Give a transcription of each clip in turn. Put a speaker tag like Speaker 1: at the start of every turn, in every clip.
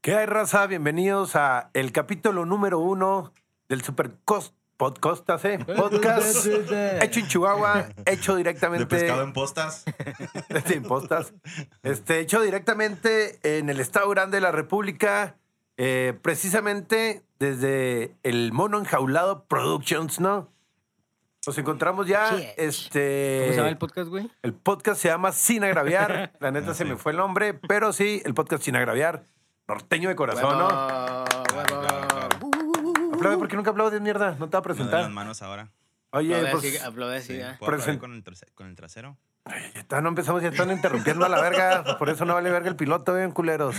Speaker 1: ¿Qué hay, raza? Bienvenidos a el capítulo número uno del Super Cost Podcast, ¿eh? Podcast hecho en Chihuahua, hecho
Speaker 2: eh, De
Speaker 1: directamente
Speaker 2: pescado en postas.
Speaker 1: de impostas. Este, hecho directamente en el Estado Grande de la República, eh, precisamente desde el Mono Enjaulado Productions, ¿no? Nos encontramos ya.
Speaker 3: Sí.
Speaker 1: Este,
Speaker 3: ¿Cómo se llama el podcast, güey?
Speaker 1: el podcast se llama Sin Agraviar. La neta se me fue el nombre, pero sí, el podcast Sin Agraviar. Norteño de corazón, ¿no? Aplaude porque nunca aplaudes, mierda. No te va a
Speaker 2: Me doy las
Speaker 1: presentar.
Speaker 2: manos ahora.
Speaker 1: Oye,
Speaker 3: Aplaude
Speaker 1: pues,
Speaker 3: así, aplaude así,
Speaker 2: Sí,
Speaker 3: ¿ah?
Speaker 2: ¿Puedo aplaudir
Speaker 1: Presen-
Speaker 2: con el, terce- con el trasero?
Speaker 1: Ya está, no empezamos, ya están interrumpiendo a la verga. Por eso no vale verga el piloto, bien culeros.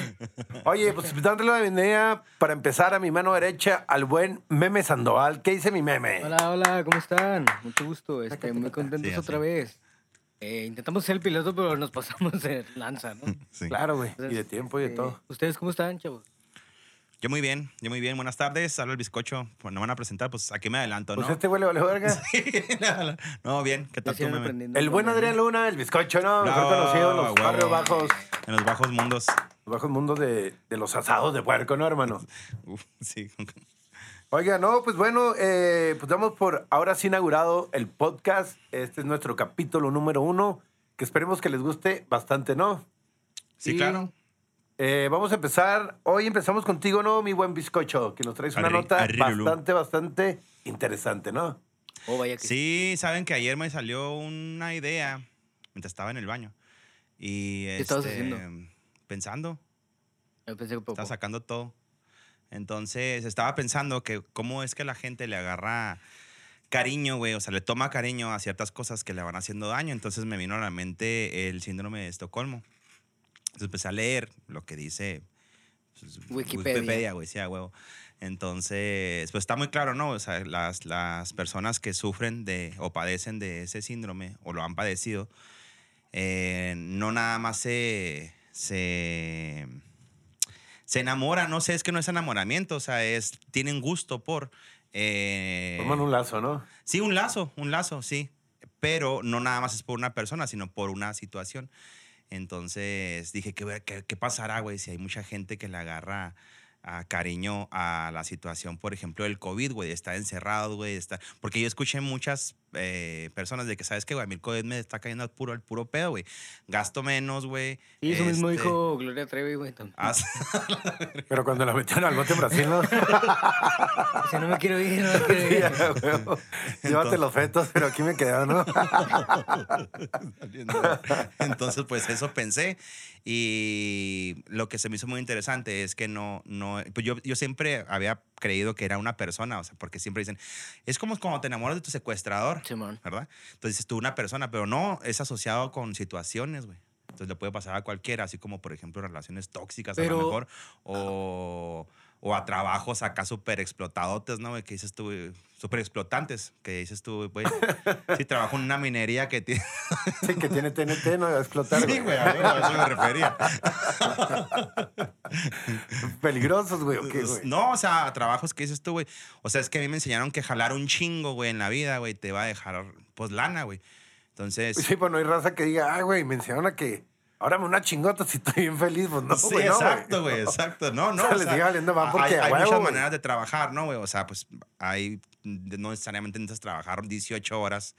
Speaker 1: Oye, pues dándole la bienvenida para empezar a mi mano derecha al buen Meme Sandoval. ¿Qué dice mi meme?
Speaker 3: Hola, hola, ¿cómo están? Mucho gusto, este, muy contentos
Speaker 2: Sí, así.
Speaker 3: otra vez. Eh, intentamos ser el piloto, pero nos pasamos de lanza,
Speaker 1: Mm,
Speaker 3: ¿no?
Speaker 2: Sí.
Speaker 1: Claro, güey.
Speaker 3: Entonces,
Speaker 1: Y de tiempo y de
Speaker 3: eh,
Speaker 1: todo.
Speaker 3: ¿Ustedes cómo están, chavos?
Speaker 2: Yo muy bien, yo muy bien. Buenas tardes, habla el bizcocho. Pues no van a presentar, pues aquí me adelanto, ¿no?
Speaker 1: Pues este güey le vale verga.
Speaker 2: no, bien, ¿qué
Speaker 3: Yo
Speaker 2: tal tú,
Speaker 3: siempre
Speaker 2: meme?
Speaker 3: aprendiendo
Speaker 1: El
Speaker 3: algo
Speaker 1: buen
Speaker 3: nuevo.
Speaker 1: Adrián Luna, el bizcocho, ¿no? Mejor
Speaker 2: Bravo,
Speaker 1: conocido en los
Speaker 2: güey.
Speaker 1: barrios bajos,
Speaker 2: En los bajos mundos.
Speaker 1: los bajos mundos de, de los asados de puerco, ¿no, hermano?
Speaker 2: Uf, sí.
Speaker 1: Oiga, no, pues bueno, eh, pues damos por ahora sí inaugurado el podcast. Este es nuestro capítulo número uno, que esperemos que les guste bastante, ¿no?
Speaker 2: Sí,
Speaker 3: Sí.
Speaker 2: claro.
Speaker 1: Eh, vamos a empezar. Hoy empezamos contigo, ¿no? Mi buen bizcocho, que nos traes una
Speaker 2: Arri-
Speaker 1: nota
Speaker 2: arrirulú.
Speaker 1: bastante, bastante interesante, ¿no?
Speaker 3: Oh, vaya que sí.
Speaker 2: Sí, saben que ayer me salió una idea mientras estaba en el baño. Y,
Speaker 3: ¿Qué estabas
Speaker 2: este,
Speaker 3: haciendo?
Speaker 2: Pensando.
Speaker 3: Yo pensé que poco.
Speaker 2: Está sacando todo. Entonces, estaba pensando que cómo es que la gente le agarra cariño, güey, o sea, le toma cariño a ciertas cosas que le van haciendo daño. Entonces me vino a la mente el síndrome de Estocolmo. Entonces empecé a leer lo que dice pues,
Speaker 3: Wikipedia.
Speaker 2: güey, sí, a huevo. Entonces, pues está muy claro, ¿no? O sea, las, las personas que sufren de o padecen de ese síndrome o lo han padecido, eh, no nada más se, se, se enamora, no sé, es que no es enamoramiento, o sea, es, tienen gusto por... eh,
Speaker 1: Forman un lazo, ¿no?
Speaker 2: Sí, un lazo, un lazo, sí. Pero no nada más es por una persona, sino por una situación. Entonces dije, ¿qué, ver- qué- qué pasará, güey? Si hay mucha gente que le agarra a cariño a la situación, por ejemplo, del COVID, güey, está encerrado, güey, está... Porque yo escuché muchas eh, personas de que, ¿sabes qué, güey? A mí el COVID me está cayendo al puro, al puro pedo, güey. Gasto menos, güey.
Speaker 3: Sí, eso mismo
Speaker 2: este,
Speaker 3: dijo Gloria Trevi, güey. también.
Speaker 2: haz-
Speaker 1: Pero cuando la metieron al bote en Brasil, ¿no?
Speaker 3: O sea, no me quiero ir, no me quiero ir.
Speaker 1: Ya, huevo. Llévate los fetos, pero aquí me quedaron, ¿no?
Speaker 2: Entonces, pues eso pensé. Y lo que se me hizo muy interesante es que no, no, pues yo, yo siempre había creído que era una persona, o sea, porque siempre dicen, es como cuando te enamoras de tu secuestrador,
Speaker 3: Simón.
Speaker 2: ¿verdad? Entonces dices tú una persona, pero no, es asociado con situaciones, güey. Entonces le puede pasar a cualquiera, así como, por ejemplo, relaciones tóxicas a
Speaker 3: Pero-
Speaker 2: lo mejor, o, o a trabajos acá súper explotadotes, ¿no? güey? Que dices tú, güey, súper explotantes, que dices tú, güey, si trabajo en una minería que tiene...
Speaker 1: Sí, que tiene TNT, no va a explotar.
Speaker 2: Sí, güey, a ver, a eso me refería.
Speaker 1: Peligrosos, güey. ¿o qué, güey?
Speaker 2: No, o sea, trabajos que dices tú, güey. O sea, es que a mí me enseñaron que jalar un chingo, güey, en la vida, güey, te va a dejar, pues, lana, güey. Entonces,
Speaker 1: Sí, pues no hay raza que diga, ah, güey, me enseñaron a que ahora me una chingota si estoy bien feliz. Pues no,
Speaker 2: sí,
Speaker 1: güey, no,
Speaker 2: exacto, güey, exacto. No, no.
Speaker 1: O sea, les sigue valiendo más
Speaker 2: hay-
Speaker 1: porque
Speaker 2: hay,
Speaker 1: a huevo,
Speaker 2: muchas
Speaker 1: güey.
Speaker 2: maneras de trabajar, ¿no, güey? O sea, pues hay, no necesariamente necesitas trabajar 18 horas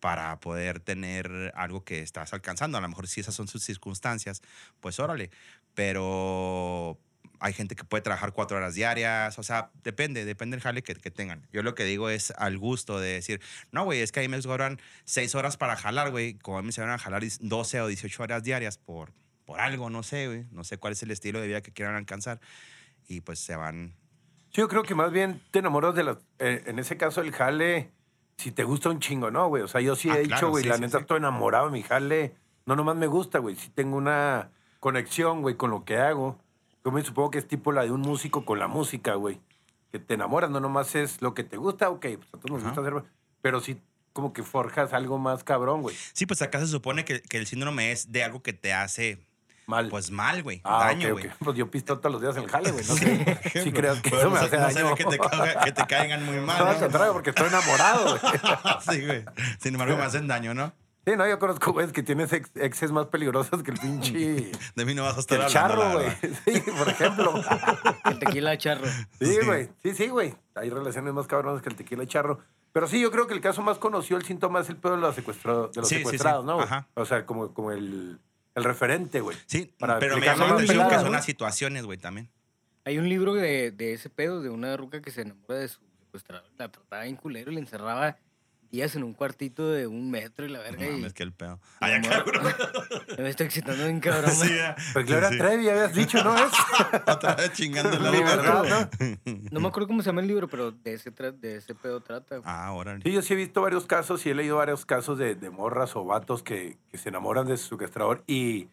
Speaker 2: para poder tener algo que estás alcanzando. A lo mejor si esas son sus circunstancias, pues órale. Pero hay gente que puede trabajar cuatro horas diarias. O sea, depende, depende del jale que, que tengan. Yo lo que digo es al gusto de decir, no, güey, es que ahí me cobran seis horas para jalar, güey. Como a mí me van a jalar 12 o 18 horas diarias por, por algo, no sé, güey. No sé cuál es el estilo de vida que quieran alcanzar. Y pues se van.
Speaker 1: Yo creo que más bien te enamoras de las. eh, en ese caso, el jale, si te gusta un chingo, ¿no, güey? O sea, yo sí
Speaker 2: Ah,
Speaker 1: he
Speaker 2: claro,
Speaker 1: dicho, güey,
Speaker 2: sí,
Speaker 1: la
Speaker 2: sí,
Speaker 1: neta,
Speaker 2: sí.
Speaker 1: estoy enamorado de mi jale. No nomás me gusta, güey. Sí tengo una conexión, güey, con lo que hago. Yo me supongo que es tipo la de un músico con la música, güey. Que te enamoras, no nomás es lo que te gusta, ok, pues a todos nos
Speaker 2: Ajá.
Speaker 1: gusta hacer. Pero sí, como que forjas algo más cabrón, güey.
Speaker 2: Sí, pues acá se supone que, que el síndrome es de algo que te hace,
Speaker 1: Mal.
Speaker 2: pues mal, güey.
Speaker 1: Ah,
Speaker 2: daño,
Speaker 1: ok,
Speaker 2: güey.
Speaker 1: ok. Pues yo pisto todos los días en el jale, güey. No sé si creas que eso me hace
Speaker 2: no sé
Speaker 1: daño.
Speaker 2: que te, caiga- que te caigan muy mal.
Speaker 1: No, al contrario, porque estoy enamorado, güey.
Speaker 2: Sí, güey. Sin embargo, me hacen daño, ¿no?
Speaker 1: Sí, no, yo conozco güeyes que tienes ex- exes más peligrosos que el pinche.
Speaker 2: De mí no vas a
Speaker 1: que
Speaker 2: estar
Speaker 1: el
Speaker 2: hablando,
Speaker 1: charro,
Speaker 2: la
Speaker 1: güey.
Speaker 2: verdad.
Speaker 1: Sí, por ejemplo.
Speaker 3: El tequila charro.
Speaker 1: Sí,
Speaker 2: Sí.
Speaker 1: güey. Sí, sí, güey. Hay relaciones más cabronas que el tequila y charro. Pero sí, yo creo que el caso más conocido, el síntoma es el pedo de los, secuestrado- de los
Speaker 2: Sí, sí, sí.
Speaker 1: secuestrados, ¿no? güey?
Speaker 2: Ajá.
Speaker 1: O sea, como, como el, el referente, güey.
Speaker 2: Sí,
Speaker 1: Para
Speaker 2: pero me
Speaker 1: explicarlo
Speaker 2: llamó la
Speaker 1: más
Speaker 2: atención que
Speaker 1: pelada,
Speaker 2: son
Speaker 1: ¿no?
Speaker 2: las situaciones, güey, también.
Speaker 3: Hay un libro de, de ese pedo, de una ruca que se enamora de su secuestrador. La trataba en culero y le encerraba días en un cuartito de un metro y la verga.
Speaker 2: No
Speaker 3: y
Speaker 2: mames, que el pedo. Ay, ya, cabrón.
Speaker 3: me estoy excitando bien cabrón.
Speaker 2: Sí,
Speaker 3: güey.
Speaker 2: ya.
Speaker 1: Pero Pues Gloria
Speaker 2: Sí, sí.
Speaker 1: Trevi, habías dicho, ¿no? Es
Speaker 2: Otra vez chingando la
Speaker 1: mi verdad, ¿no?
Speaker 3: No me acuerdo cómo se llama el libro, pero de ese, tra- de ese pedo trata. güey.
Speaker 2: Ah, órale.
Speaker 1: Sí, yo sí he visto varios casos y he leído varios casos de, de morras o vatos que, que se enamoran de su secuestrador y,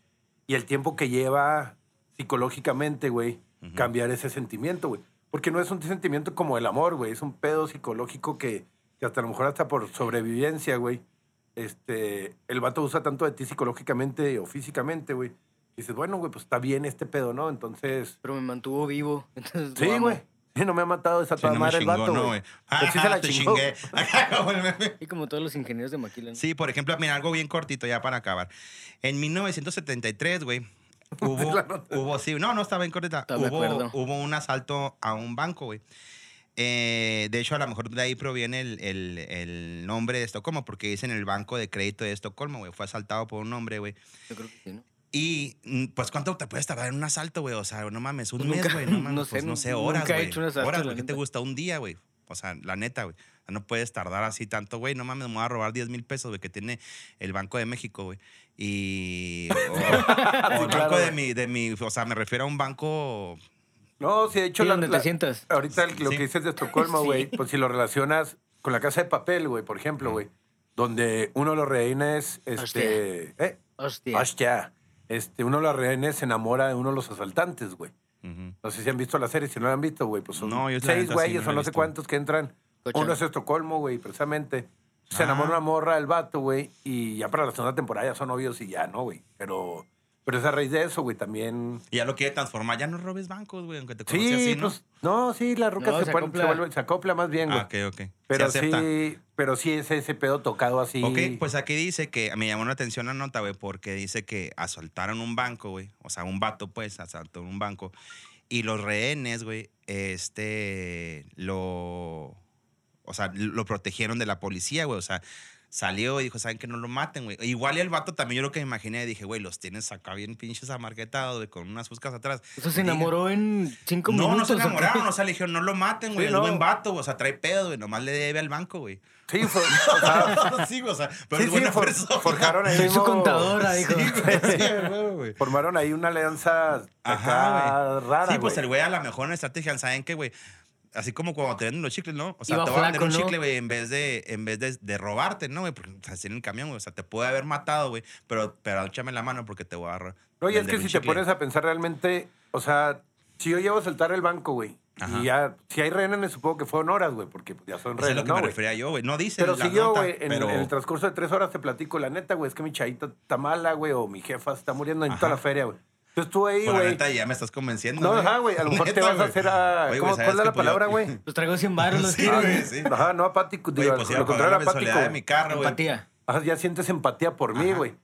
Speaker 1: y el tiempo que lleva psicológicamente, güey, cambiar ese sentimiento, güey. Porque no es un sentimiento como el amor, güey. Es un pedo psicológico que, que hasta a lo mejor hasta por sobrevivencia, güey. Este, el vato usa tanto de ti psicológicamente o físicamente, güey. Y dices, bueno, güey, pues está bien este pedo, ¿no? Entonces...
Speaker 3: Pero me mantuvo vivo. entonces lo
Speaker 1: Sí,
Speaker 3: amo.
Speaker 1: güey. Sí, no me ha matado esa
Speaker 2: Sí,
Speaker 1: toda
Speaker 2: no me
Speaker 1: madre el
Speaker 2: chingó,
Speaker 1: vato,
Speaker 2: no,
Speaker 1: güey.
Speaker 2: Ah,
Speaker 1: Pues sí se la
Speaker 2: te
Speaker 1: chingó.
Speaker 2: chingué. Acá, como el meme.
Speaker 3: Y como todos los ingenieros de Maquila. ¿no?
Speaker 2: Sí, por ejemplo, mira, algo bien cortito ya para acabar. En 1973, güey, hubo, hubo, sí, no, no estaba bien cortita.
Speaker 3: Todavía me
Speaker 2: Hubo,
Speaker 3: acuerdo.
Speaker 2: hubo un asalto a un banco, güey. Eh, de hecho, a lo mejor de ahí proviene el, el- el nombre de Estocolmo, porque dicen el Banco de Crédito de Estocolmo, güey. Fue asaltado por un hombre, güey.
Speaker 3: Yo creo que sí, ¿no?
Speaker 2: Y, mm, pues, ¿cuánto te puedes tardar en un asalto, güey? O sea, no mames, un
Speaker 3: Pues
Speaker 2: mes,
Speaker 3: nunca-
Speaker 2: güey. No, mames,
Speaker 3: no
Speaker 2: pues,
Speaker 3: sé,
Speaker 2: no sé,
Speaker 3: nunca
Speaker 2: horas,
Speaker 3: he
Speaker 2: güey.
Speaker 3: hecho un asalto,
Speaker 2: Horas,
Speaker 3: la
Speaker 2: güey. ¿Qué te
Speaker 3: neta.
Speaker 2: gusta? Un día, güey. O sea, la neta, güey. No puedes tardar así tanto, güey. No mames, me voy a robar 10 mil pesos, güey, que tiene el Banco de México, güey. Y. O, o el
Speaker 1: claro,
Speaker 2: banco de
Speaker 1: güey.
Speaker 2: mi, de mi. O sea, me refiero a un banco.
Speaker 1: No, sí, de hecho...
Speaker 3: Sí,
Speaker 1: la-
Speaker 3: donde te
Speaker 1: la-
Speaker 3: sientas.
Speaker 1: Ahorita el- lo
Speaker 2: Sí.
Speaker 1: que dices de Estocolmo,
Speaker 3: Sí.
Speaker 1: güey, pues si lo relacionas con la casa de papel, güey, por ejemplo,
Speaker 2: Mm.
Speaker 1: güey, donde uno de los rehenes, este, eh,
Speaker 3: Hostia.
Speaker 1: hostia, este, uno de los rehenes se enamora de uno de los asaltantes, güey.
Speaker 2: Ujú.
Speaker 1: No sé si han visto la serie, si no la han visto, güey, pues son
Speaker 2: No, yo la
Speaker 1: seis
Speaker 2: neta sí
Speaker 1: güeyes
Speaker 2: no la
Speaker 1: o
Speaker 2: he
Speaker 1: no sé
Speaker 2: visto.
Speaker 1: cuántos que entran.
Speaker 3: Cochón.
Speaker 1: Uno es Estocolmo, güey, precisamente. Se
Speaker 2: Ah.
Speaker 1: enamora una morra del vato, güey, y ya para la segunda temporada ya son novios y ya, ¿no, güey? Pero, pero es a raíz de eso, güey, también
Speaker 2: Y ya lo quiere transformar. Ya no robes bancos, güey, aunque te conocí
Speaker 1: Sí,
Speaker 2: así, ¿no?
Speaker 1: pues, no, sí, la ruca
Speaker 3: No,
Speaker 1: se,
Speaker 3: se
Speaker 1: pone-
Speaker 3: acopla.
Speaker 1: se vuelve- se acopla más bien, güey.
Speaker 2: ah, ok, ok. Se
Speaker 1: Pero
Speaker 2: acepta.
Speaker 1: sí, pero sí es ese pedo tocado así.
Speaker 2: Ok, pues aquí dice que me llamó la atención la nota, güey, porque dice que asaltaron un banco, güey. O sea, un vato, pues, asaltó un banco. Y los rehenes, güey, este, lo. O sea, lo protegieron de la policía, güey. O sea, salió y dijo, ¿saben que no lo maten, güey? Igual y el vato también, yo lo que me imaginé, dije, güey, los tienes acá bien pinches amarguetados, güey, con unas fuscas atrás.
Speaker 3: Eso se
Speaker 2: Diga-
Speaker 3: enamoró en cinco
Speaker 2: No,
Speaker 3: minutos.
Speaker 2: no se
Speaker 3: ¿o qué?
Speaker 2: enamoraron, o sea, le dijeron, no lo maten,
Speaker 1: Sí,
Speaker 2: güey, es
Speaker 1: no.
Speaker 2: buen vato, güey, o sea, trae pedo, güey, nomás le debe al banco, güey.
Speaker 1: Sí, for- o sea,
Speaker 2: Ah, sí, güey, o sea, pero
Speaker 1: sí,
Speaker 2: es
Speaker 1: sí,
Speaker 2: buena
Speaker 1: for-
Speaker 2: persona.
Speaker 1: forjaron ahí
Speaker 3: Soy su
Speaker 1: mismo-
Speaker 3: contadora, dijo.
Speaker 2: Sí, güey, sí, a huevo, güey.
Speaker 1: Formaron ahí una alianza
Speaker 2: Ajá,
Speaker 1: acá rara,
Speaker 2: Sí, pues
Speaker 1: güey.
Speaker 2: el güey a la mejor en estrategia, ¿saben qué, güey? Así como cuando te venden los chicles, ¿no? O sea,
Speaker 3: Iba
Speaker 2: te van a vender
Speaker 3: flaco,
Speaker 2: un
Speaker 3: ¿no?
Speaker 2: chicle, güey, en vez de, en vez de, de robarte, ¿no, güey? Porque estás en el camión, güey. O sea, te puede haber matado, güey. Pero, pero échame la mano porque te voy a ro-
Speaker 1: No, y es que
Speaker 2: vender un
Speaker 1: si te
Speaker 2: chicle.
Speaker 1: pones a pensar realmente, o sea, si yo llevo a saltar el banco, güey,
Speaker 2: Ajá.
Speaker 1: y ya, si hay rehenes, supongo que fueron horas, güey, porque pues, ya son
Speaker 2: Eso es lo
Speaker 1: rehenes,
Speaker 2: que
Speaker 1: ¿no,
Speaker 2: me
Speaker 1: güey?
Speaker 2: refería yo, güey. No dice
Speaker 1: Pero
Speaker 2: la
Speaker 1: si yo,
Speaker 2: nota,
Speaker 1: güey, en,
Speaker 2: pero-
Speaker 1: en el transcurso de tres horas te platico la neta, güey, es que mi chavita está mala, güey, o mi jefa está muriendo en toda
Speaker 2: Ajá.
Speaker 1: la feria, güey. Entonces tú ahí,
Speaker 2: Pues, la
Speaker 1: güey,
Speaker 2: neta, ya me estás convenciendo.
Speaker 1: No, ajá, güey. A lo mejor te
Speaker 2: Neta,
Speaker 1: vas a
Speaker 2: güey.
Speaker 1: hacer a.
Speaker 2: Oye, güey,
Speaker 1: ¿cómo,
Speaker 2: ¿sabes
Speaker 1: ¿Cuál es
Speaker 2: qué?
Speaker 1: la
Speaker 2: Pues yo-
Speaker 1: palabra, güey? Ah,
Speaker 3: Los traigo 100 baros los
Speaker 2: Sí,
Speaker 3: tíos,
Speaker 2: güey,
Speaker 3: güey.
Speaker 2: sí.
Speaker 1: Ajá, no apático.
Speaker 2: Oye,
Speaker 1: digo,
Speaker 2: pues
Speaker 1: a
Speaker 2: iba
Speaker 1: lo
Speaker 2: a pagar
Speaker 1: contrario,
Speaker 2: la
Speaker 1: apático.
Speaker 2: mensualidad de mi carro, güey.
Speaker 3: Empatía.
Speaker 1: Ajá, ya sientes empatía por mí,
Speaker 2: Ajá.
Speaker 1: güey.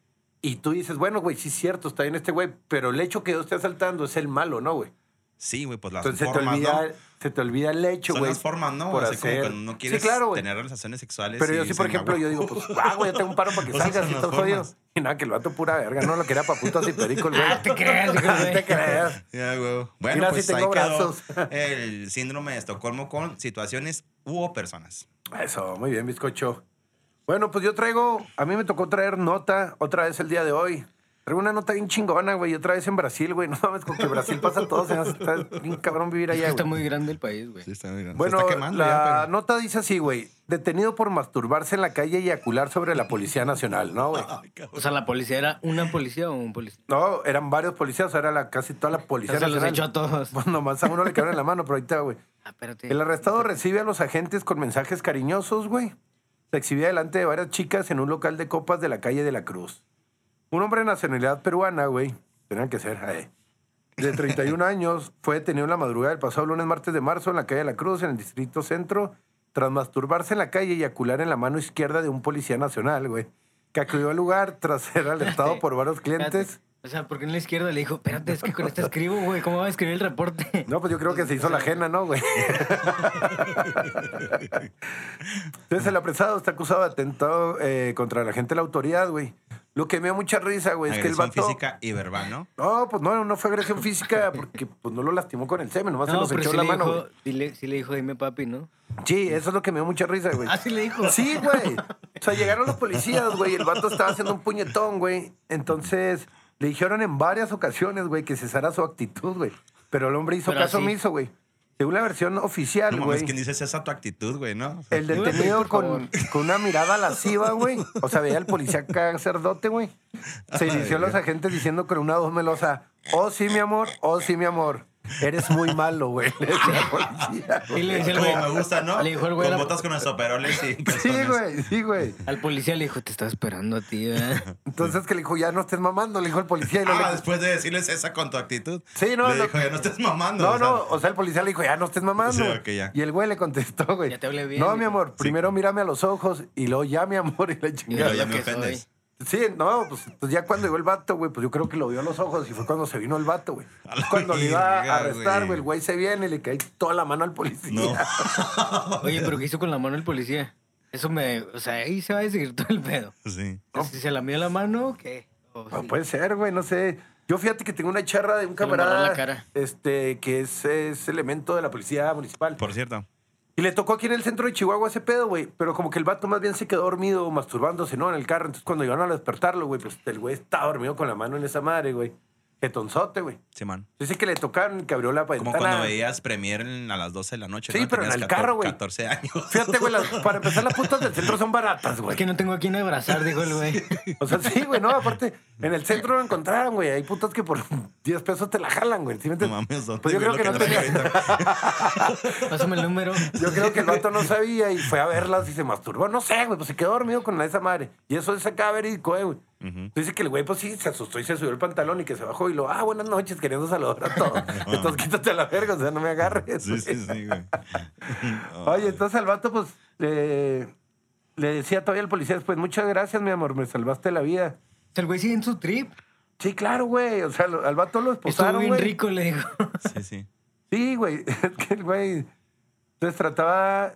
Speaker 1: Y tú dices, bueno, güey, sí es cierto, está bien este güey, pero el hecho que yo esté asaltando es el malo, ¿no, güey?
Speaker 2: Sí, güey, pues las
Speaker 1: Entonces se te,
Speaker 2: formas,
Speaker 1: olvida,
Speaker 2: ¿no?
Speaker 1: se te olvida el hecho,
Speaker 2: Son
Speaker 1: güey.
Speaker 2: las formas, ¿no?
Speaker 1: Por
Speaker 2: Así como
Speaker 1: hacer.
Speaker 2: cuando no quieres
Speaker 1: sí, claro, güey.
Speaker 2: tener relaciones sexuales.
Speaker 1: Pero yo
Speaker 2: y
Speaker 1: sí, por
Speaker 2: dicen,
Speaker 1: ejemplo,
Speaker 2: "Ah,
Speaker 1: yo digo,
Speaker 2: güey".
Speaker 1: pues, ah, güey, yo tengo un paro para que
Speaker 2: O sea,
Speaker 1: salgas
Speaker 2: son
Speaker 1: y
Speaker 2: las
Speaker 1: estás jodido.
Speaker 2: formas.
Speaker 1: Y nada, que el vato pura verga, no lo quería para putas y perico, güey.
Speaker 3: Ah, te creas, güey.
Speaker 1: No te creas.
Speaker 2: Ya, güey. Bueno,
Speaker 1: Mira,
Speaker 2: pues
Speaker 1: sí
Speaker 2: ahí
Speaker 1: tengo
Speaker 2: quedó
Speaker 1: brazos.
Speaker 2: el síndrome de Estocolmo con situaciones u personas.
Speaker 1: Eso, muy bien, bizcocho. Bueno, pues yo traigo, a mí me tocó traer nota otra vez el día de hoy. Traigo una nota bien chingona, güey, otra vez en Brasil, güey. No mames, con que Brasil pasa todo, se me hace está bien cabrón vivir allá,
Speaker 3: Está
Speaker 1: güey.
Speaker 3: muy grande el país, güey.
Speaker 2: está bien.
Speaker 1: Bueno,
Speaker 2: se está quemando
Speaker 1: la
Speaker 2: ya, pero-
Speaker 1: nota dice así, güey. Detenido por masturbarse en la calle y eyacular sobre la Policía Nacional, ¿no, güey?
Speaker 2: Ay, cabrón.
Speaker 3: O sea, la policía era una policía o un policía.
Speaker 1: No, eran varios policías, era la, casi toda la Policía
Speaker 3: Ya se los
Speaker 1: Nacional.
Speaker 3: echó a todos.
Speaker 1: Pues nomás a uno le quedaron en la mano, pero ahorita, güey.
Speaker 3: Ah, espérate.
Speaker 1: El arrestado recibe a los agentes con mensajes cariñosos, güey. Se exhibía delante de varias chicas en un local de copas de la calle de la Cruz. Un hombre de nacionalidad peruana, güey, tenían que ser, eh, de 31 años, fue detenido en la madrugada del pasado lunes martes de marzo en la calle de la Cruz, en el distrito centro, tras masturbarse en la calle y eyacular en la mano izquierda de un policía nacional, güey. que acudió al lugar tras ser alertado
Speaker 3: Sí.
Speaker 1: por varios clientes.
Speaker 3: Espérate. O sea, porque en la izquierda le dijo, espérate, es que con esta escribo, güey, ¿cómo va a escribir el reporte?
Speaker 1: No, pues yo creo que se hizo la ajena, ¿no, güey? Entonces el apresado está acusado de atentado eh, contra la gente de la autoridad, güey. Lo que me dio mucha risa, güey, es que el
Speaker 2: Agresión
Speaker 1: vato...
Speaker 2: física y verbal, ¿no?
Speaker 1: No, pues no, no fue agresión física porque pues no lo lastimó con el semen, nomás
Speaker 3: No,
Speaker 1: se
Speaker 3: pero
Speaker 1: nos echó
Speaker 3: sí
Speaker 1: la
Speaker 3: le,
Speaker 1: mano.
Speaker 3: dijo,
Speaker 1: güey.
Speaker 3: sí le- sí le dijo, dime papi, ¿no?
Speaker 1: Sí, eso es lo que me dio mucha risa, güey.
Speaker 3: Ah, sí le dijo.
Speaker 1: Sí, güey. O sea, llegaron los policías, güey. y El vato estaba haciendo un puñetón, güey. Entonces, le dijeron en varias ocasiones, güey, que cesara su actitud, güey. Pero el hombre hizo
Speaker 3: Pero
Speaker 1: caso
Speaker 3: así.
Speaker 1: omiso, güey. Según la versión oficial,
Speaker 2: No
Speaker 1: güey.
Speaker 2: mames, ¿quién dice esa tu actitud, güey, no?
Speaker 1: El
Speaker 3: Te voy a pedir,
Speaker 1: detenido
Speaker 3: por
Speaker 1: con, con una mirada lasciva, güey. O sea, veía al policía sacerdote, güey. Se inició a los agentes diciendo con una voz melosa, oh sí, mi amor, oh sí, mi amor. Eres muy malo, güey. Le decía al policía,
Speaker 3: Sí le
Speaker 1: güey.
Speaker 3: dice el
Speaker 2: Güey,
Speaker 3: güey-
Speaker 2: me gusta, ¿no?
Speaker 3: Le dijo el güey a
Speaker 2: con
Speaker 3: la-
Speaker 2: botas con estoperoles y
Speaker 1: Sí,
Speaker 2: pezones.
Speaker 1: güey, sí, güey.
Speaker 3: al policía le dijo, te estaba esperando a ti, ¿verdad?
Speaker 1: Entonces que le dijo, ya no estés mamando, le dijo el policía. Y no,
Speaker 2: Ah,
Speaker 1: le...
Speaker 2: después de decirles esa con tu actitud.
Speaker 1: Sí, no,
Speaker 2: Le
Speaker 1: no.
Speaker 2: dijo, ya no estés mamando.
Speaker 1: no,
Speaker 2: o sea,
Speaker 1: no, o sea, el policía le dijo, ya no estés mamando.
Speaker 2: Sí,
Speaker 1: güey.
Speaker 2: ok, ya.
Speaker 1: Y el güey le contestó, güey.
Speaker 3: Ya te hablé bien,
Speaker 1: No,
Speaker 3: güey.
Speaker 1: mi amor, primero mírame a los ojos y luego ya, mi amor, y la
Speaker 3: Y
Speaker 2: Pero
Speaker 1: chingada.
Speaker 3: yo
Speaker 2: ya
Speaker 3: lo
Speaker 2: me
Speaker 3: que soy.
Speaker 2: ofendes.
Speaker 1: Sí, no, pues, pues ya cuando llegó el vato, güey, pues yo creo que lo vio a los ojos y fue cuando se vino el vato, güey.
Speaker 2: A la
Speaker 1: Cuando le iba
Speaker 2: verga,
Speaker 1: a arrestar,
Speaker 2: güey.
Speaker 1: güey, el güey se viene y le cae toda la mano al policía.
Speaker 2: No.
Speaker 3: Oye, pero ¿qué hizo con la mano el policía? Eso me... O sea, ahí se va a decidir todo el pedo.
Speaker 2: Sí.
Speaker 3: O sea, Si se lamió la mano, ¿qué? O
Speaker 1: No
Speaker 3: si-
Speaker 1: puede ser, güey, no sé. Yo fíjate que tengo una charra de un
Speaker 3: Se le embarró
Speaker 1: camarada
Speaker 3: la cara.
Speaker 1: este, que es, es elemento de la policía municipal.
Speaker 2: Por cierto.
Speaker 1: Y le tocó aquí en el centro de Chihuahua ese pedo, güey. Pero como que el vato más bien se quedó dormido, masturbándose, ¿no? En el carro. Entonces cuando llegaron a despertarlo, güey, pues el güey estaba dormido con la mano en esa madre, güey. Jetonzote, güey.
Speaker 2: Sí, man.
Speaker 1: Dice que le tocaron, que abrió la ventana.
Speaker 2: Como cuando veías Premier en- a las 12 de la noche.
Speaker 1: Sí,
Speaker 2: ¿no?
Speaker 1: pero en
Speaker 2: Tenías
Speaker 1: el carro, güey.
Speaker 2: 14 años.
Speaker 1: Fíjate, güey, las- para empezar, las putas del centro son baratas,
Speaker 3: Es
Speaker 1: güey.
Speaker 3: que no tengo a quién abrazar, dijo el güey.
Speaker 1: O sea, sí, güey, no, aparte, en el centro lo encontraron, güey. Hay putas que por 10 pesos te la jalan, güey. ¿sí me
Speaker 2: No
Speaker 1: entiendes?
Speaker 2: mames, ¿dónde,
Speaker 1: Pues yo
Speaker 2: güey,
Speaker 1: creo que
Speaker 2: lo
Speaker 1: no
Speaker 2: te
Speaker 1: tenía-
Speaker 2: ahorita?
Speaker 3: Pásame el número.
Speaker 1: Yo creo que el vato no sabía y fue a verlas y se masturbó. No sé, güey, pues se quedó dormido con la esa madre. Y eso es acá verídico, eh, güey. Entonces Dice que el güey, pues sí, se asustó y se subió el pantalón y que se bajó y lo, ah, buenas noches, queriendo saludar a todos. Entonces quítate a la verga, o sea, no me agarres.
Speaker 2: Sí, sí, sí, güey.
Speaker 1: Oye, entonces al vato, pues, eh, le decía todavía al policía después, muchas gracias, mi amor, me salvaste la vida.
Speaker 3: El güey sigue en su trip.
Speaker 1: Sí, claro, güey. O sea, lo- al vato lo
Speaker 3: Pues Estuvo
Speaker 1: esposaron,
Speaker 3: bien
Speaker 1: güey.
Speaker 3: rico, le dijo.
Speaker 2: Sí, sí.
Speaker 1: Sí, güey. Es que el güey... Entonces trataba...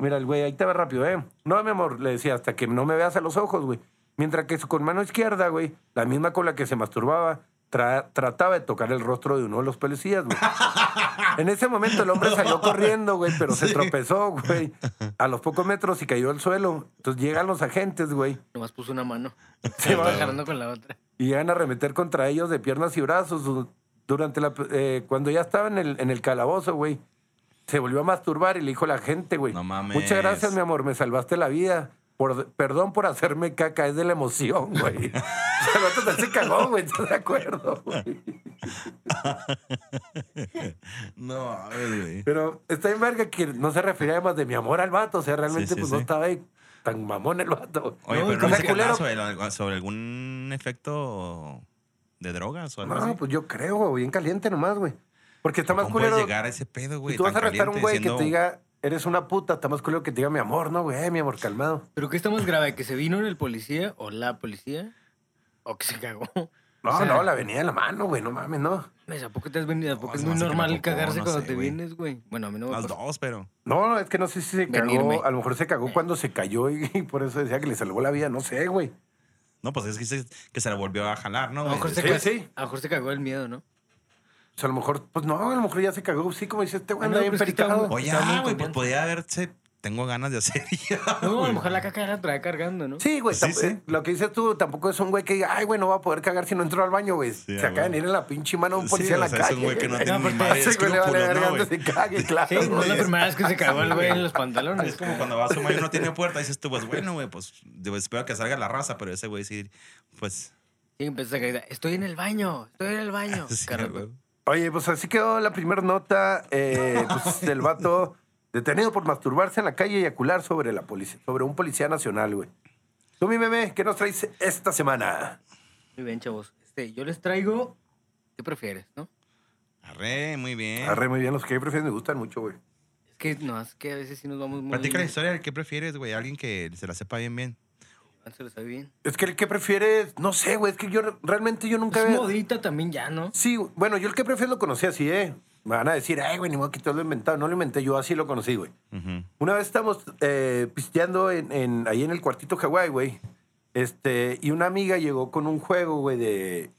Speaker 1: Mira, el güey, ahí te va rápido, ¿eh? No, mi amor, le decía, hasta que no me veas a los ojos, güey. Mientras que su con mano izquierda, güey, la misma con la que se masturbaba, tra- trataba de tocar el rostro de uno de los policías, güey. En ese momento el hombre salió corriendo, güey, pero se tropezó, güey, a los pocos metros y cayó al suelo. Entonces llegan los agentes, güey,
Speaker 3: Nomás puso una mano.
Speaker 1: Sí,
Speaker 3: Se va
Speaker 1: va.
Speaker 3: agarrando con la otra.
Speaker 1: y llegan a remeter contra ellos de piernas y brazos du- durante la eh, cuando ya estaba en el, en el calabozo, güey. Se volvió a masturbar y le dijo a la gente, güey.
Speaker 2: No mames.
Speaker 1: Muchas gracias, mi amor, me salvaste la vida. Por, perdón por hacerme caca, es de la emoción, güey. O sea, el vato también se cagó, güey, ¿estás de acuerdo? güey?
Speaker 2: No, a ver, güey.
Speaker 1: Pero está en verga que no se refería más de mi amor al vato, o sea, realmente
Speaker 2: Sí, sí,
Speaker 1: pues
Speaker 2: sí.
Speaker 1: no estaba ahí tan mamón el vato.
Speaker 2: Oye,
Speaker 3: No,
Speaker 2: pero
Speaker 1: o
Speaker 2: no
Speaker 1: sea,
Speaker 2: sé qué
Speaker 1: culero.
Speaker 2: nada sobre, la- sobre algún efecto de drogas o algo así.
Speaker 1: No, pues yo creo, bien caliente nomás, güey. Porque está más
Speaker 2: ¿Cómo puedes
Speaker 1: culero.
Speaker 2: llegar a ese pedo, güey?
Speaker 1: Y tú vas
Speaker 2: tan
Speaker 1: a arrestar a un
Speaker 2: caliente,
Speaker 1: güey que
Speaker 2: siendo-
Speaker 1: te diga, eres una puta, está más culero que te diga mi amor, ¿no, güey? Mi amor, calmado.
Speaker 3: ¿Pero qué está más grave? ¿Que se vino en el policía o la policía? ¿O que se cagó?
Speaker 1: No,
Speaker 3: O sea,
Speaker 1: no, la venía de la mano, güey, no mames, no.
Speaker 3: mames, ¿A poco te has venido? ¿A
Speaker 2: No,
Speaker 3: poco
Speaker 2: se
Speaker 3: es
Speaker 2: me
Speaker 3: muy
Speaker 2: hace que
Speaker 3: normal
Speaker 2: tampoco,
Speaker 3: cagarse
Speaker 2: no
Speaker 3: cuando
Speaker 2: sé,
Speaker 3: te
Speaker 2: güey.
Speaker 3: vienes, güey? Bueno, a mí no me
Speaker 2: Las
Speaker 1: pues
Speaker 3: pasa.
Speaker 2: dos, pero.
Speaker 1: No, es que no sé si se
Speaker 3: Venirme.
Speaker 1: cagó. A lo mejor se cagó cuando se cayó y, y por eso decía que le salvó la vida, no sé, güey.
Speaker 2: No, pues es que se, que se la volvió a jalar, ¿no?
Speaker 3: A lo mejor
Speaker 2: güey?
Speaker 3: se
Speaker 1: Sí,
Speaker 3: ca-
Speaker 1: sí.
Speaker 3: a lo mejor se cagó el miedo, ¿no?
Speaker 1: O sea, a lo mejor, pues no, a lo mejor ya se cagó, sí, como dice este güey,
Speaker 3: Ah, no,
Speaker 1: anda bien
Speaker 2: pues,
Speaker 3: pero es que está
Speaker 1: pericado.
Speaker 3: muy-
Speaker 2: Oye,
Speaker 3: Estaba
Speaker 2: ah, güey, pues
Speaker 3: confiante.
Speaker 2: podía haberse. Tengo ganas de hacer ya.
Speaker 3: No, a
Speaker 2: güey.
Speaker 3: lo mejor la caca la trae cargando, ¿no?
Speaker 1: Sí, güey,
Speaker 2: Sí,
Speaker 1: tamp-
Speaker 2: sí.
Speaker 1: eh, lo que dices tú tampoco es un güey que diga, ay, güey, no va a poder cagar si no entro al baño, güey.
Speaker 2: Sí,
Speaker 1: se acaba
Speaker 2: ah,
Speaker 1: de
Speaker 2: güey.
Speaker 1: venir en la pinche mano a un
Speaker 2: Sí,
Speaker 1: policía en
Speaker 2: o
Speaker 1: la
Speaker 2: sea, es
Speaker 1: calle.
Speaker 2: un güey que no
Speaker 1: güey.
Speaker 2: tiene ni
Speaker 3: porque
Speaker 2: madre de
Speaker 1: Ese güey le vale
Speaker 2: escrúpulos,
Speaker 1: verga
Speaker 2: ¿no,
Speaker 1: donde
Speaker 2: güey?
Speaker 1: se cague, claro.
Speaker 3: Sí, no es la
Speaker 1: güey.
Speaker 3: primera vez que se cagó el güey en los pantalones.
Speaker 2: Es como cuando vas a un baño y no tiene puerta. Dices tú, pues bueno, güey, pues digo, espero que salga la raza, pero ese güey sí, pues.
Speaker 3: Y empieza a caer. Estoy en el baño, estoy en el baño.
Speaker 2: sí,
Speaker 3: Carro-
Speaker 2: güey.
Speaker 1: Oye, pues así quedó la primera nota eh, pues, del vato detenido por masturbarse en la calle y acular sobre, la polici- sobre un policía nacional, güey. Tú, mi bebé, ¿qué nos traes esta semana?
Speaker 3: Muy bien, chavos. Este, yo les traigo. ¿Qué prefieres, no?
Speaker 2: Arre, muy bien.
Speaker 1: Arre, muy bien, los que prefieren me gustan mucho, güey.
Speaker 3: Es que no, es que a veces sí nos vamos muy.
Speaker 2: Platica la historia del que prefieres, güey. Alguien que se la sepa bien, bien.
Speaker 3: se lo sabe bien.
Speaker 1: Es que el que prefieres, no sé, güey, es que yo re- realmente yo nunca
Speaker 3: Es
Speaker 1: había-
Speaker 3: modita también ya, ¿no?
Speaker 1: Sí, bueno, yo el que prefieres lo conocí así, ¿eh? Me van a decir, ay, güey, ni modo que tú lo inventado. No lo inventé, yo así lo conocí, güey.
Speaker 2: Ujú.
Speaker 1: Una vez estamos eh, pisteando en, en- ahí en el cuartito Hawái, güey. Este, y una amiga llegó con un juego, güey, de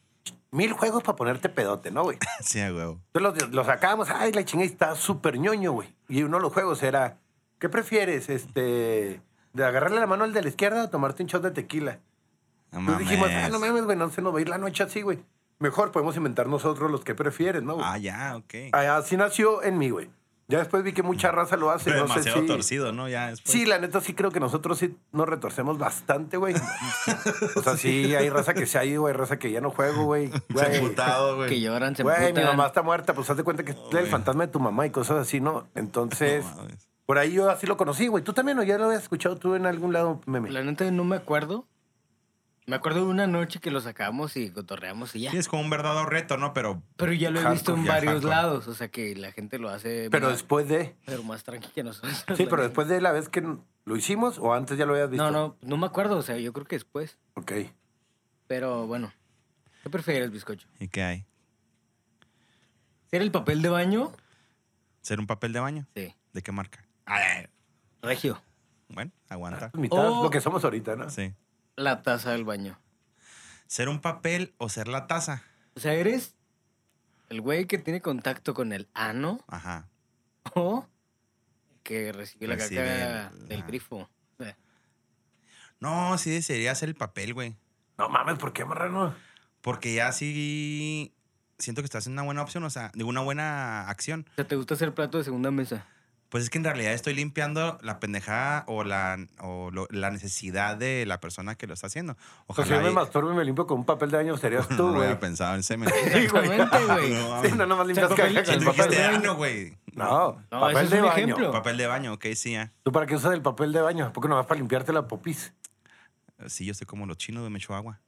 Speaker 1: mil juegos para ponerte pedote, ¿no, güey?
Speaker 2: Sí, a huevo.
Speaker 1: Entonces los, los sacábamos, ay, la chingada está súper ñoño, güey. Y uno de los juegos era, ¿qué prefieres? Este, de agarrarle la mano al de la izquierda o tomarte un shot de tequila.
Speaker 2: No
Speaker 1: Entonces dijimos,
Speaker 2: mames.
Speaker 1: ah, no mames, güey, no se nos va a ir la noche así, güey. Mejor podemos inventar nosotros los que prefieres, ¿no, güey?
Speaker 2: Ah, ya, ok.
Speaker 1: Ah, Así nació en mí, güey. Ya después vi que mucha raza lo hace.
Speaker 2: Pero
Speaker 1: no sé
Speaker 2: demasiado
Speaker 1: si...
Speaker 2: torcido, ¿no? Ya después.
Speaker 1: Sí, la neta sí creo que nosotros sí nos retorcemos bastante, güey. O sea, sí, hay raza que se ha ido, hay raza que ya no juego, güey.
Speaker 2: Se
Speaker 1: Güey,
Speaker 2: emputado, güey.
Speaker 3: Que lloran, se
Speaker 1: Güey, mi
Speaker 3: emputan.
Speaker 1: mamá está muerta, pues haz de cuenta que es el fantasma de tu mamá y cosas así, ¿no? Entonces,
Speaker 2: No mames.
Speaker 1: por ahí yo así lo conocí, güey. Tú también, ¿o ya lo habías escuchado tú en algún lado, meme?
Speaker 3: La neta no me acuerdo. Me acuerdo de una noche que lo sacamos y cotorreamos y ya.
Speaker 2: Sí, es como un verdadero reto, ¿no? Pero
Speaker 3: Pero ya lo he
Speaker 2: Hardcore,
Speaker 3: visto en
Speaker 2: ya,
Speaker 3: varios
Speaker 2: hardcore.
Speaker 3: lados, o sea que la gente lo hace
Speaker 1: Pero
Speaker 3: más,
Speaker 1: después de...
Speaker 3: pero más tranqui que nosotros.
Speaker 1: Sí,
Speaker 3: la
Speaker 1: pero
Speaker 3: neta.
Speaker 1: después de la vez que lo hicimos o antes ya lo habías visto.
Speaker 3: No, no, no me acuerdo, o sea, yo creo que después.
Speaker 1: Ok.
Speaker 3: Pero bueno, ¿qué prefieres, bizcocho?
Speaker 2: ¿Y qué hay?
Speaker 3: ¿Ser el papel de baño?
Speaker 2: ¿Ser un papel de baño?
Speaker 3: Sí.
Speaker 2: ¿De qué marca? Ah,
Speaker 3: Regio.
Speaker 2: Bueno, aguanta.
Speaker 1: Mitad
Speaker 3: O-
Speaker 1: lo que somos ahorita, ¿no?
Speaker 2: Sí.
Speaker 3: La taza del baño.
Speaker 2: ¿Ser un papel o ser la taza?
Speaker 3: O sea, eres el güey que tiene contacto con el ano
Speaker 2: Ajá.
Speaker 3: o el que recibe la
Speaker 2: Recibe
Speaker 3: caca
Speaker 2: el-
Speaker 3: del
Speaker 2: ah.
Speaker 3: grifo. O sea,
Speaker 2: No, sí desearía ser el papel, güey.
Speaker 1: No mames, ¿por qué, marrano?
Speaker 2: Porque ya sí siento que estás en una buena opción, o sea, digo, una buena acción.
Speaker 3: o sea, ¿te gusta hacer plato de segunda mesa?
Speaker 2: Pues es que en realidad estoy limpiando la pendejada o la, o lo- la necesidad de la persona que lo está haciendo.
Speaker 1: O sea,
Speaker 2: Ojalá.
Speaker 1: si yo me
Speaker 2: y-
Speaker 1: masturbo y me limpio con un papel de baño, serías Pues
Speaker 2: no
Speaker 1: tú,
Speaker 2: lo
Speaker 1: güey.
Speaker 2: había pensado en semen.
Speaker 3: Exactamente, güey.
Speaker 2: No, mames.
Speaker 1: Sí, no, nomás limpias
Speaker 3: O sea,
Speaker 1: caca
Speaker 3: papel-
Speaker 1: con el
Speaker 2: Tú
Speaker 1: papel.
Speaker 2: dijiste
Speaker 1: de baño.
Speaker 2: ano, güey.
Speaker 1: No,
Speaker 3: No,
Speaker 1: papel
Speaker 3: ese es
Speaker 1: de
Speaker 3: un
Speaker 1: baño.
Speaker 3: ejemplo.
Speaker 2: Papel de baño, ok, sí, ya.
Speaker 1: ¿Tú para qué usas el papel de baño? ¿Por qué no vas para limpiarte la popis?
Speaker 2: Sí, yo estoy como los chinos, güey, me echo agua.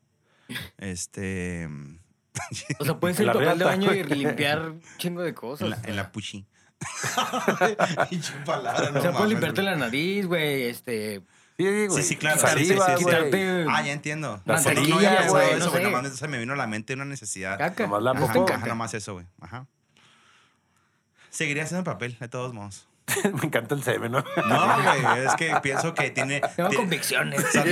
Speaker 2: Este. En
Speaker 3: O sea, puedes
Speaker 1: En
Speaker 3: ser
Speaker 1: la
Speaker 3: el papel de
Speaker 1: reata,
Speaker 3: baño y
Speaker 1: güey.
Speaker 3: limpiar un chingo de cosas.
Speaker 2: la,
Speaker 3: o sea.
Speaker 2: en la puchi. Pinche palabra,
Speaker 3: o sea,
Speaker 2: mames,
Speaker 3: puedes limpiarte
Speaker 2: güey.
Speaker 3: la nariz, güey, este...
Speaker 1: Sí, güey.
Speaker 2: Sí, sí, claro.
Speaker 1: Saliva,
Speaker 2: Sí, sí, sí.
Speaker 1: güey.
Speaker 3: Quitarte
Speaker 2: Ah, ya entiendo.
Speaker 3: La
Speaker 2: Porque no
Speaker 3: mantequilla,
Speaker 2: había pensado
Speaker 3: güey,
Speaker 2: eso,
Speaker 3: no
Speaker 2: güey,
Speaker 3: sé.
Speaker 2: nomás me- se me vino a la mente una necesidad.
Speaker 3: caca.
Speaker 1: Nomás la
Speaker 3: Hasta
Speaker 2: Ajá,
Speaker 1: popó.
Speaker 3: caca.
Speaker 2: ajá, nomás eso, güey. Ajá. Seguiría haciendo papel, de todos modos.
Speaker 1: Me encanta el semen, ¿no?
Speaker 2: No, güey, es que pienso que tiene...
Speaker 3: Tengo
Speaker 2: ti-
Speaker 3: convicciones.
Speaker 2: o sea, ti-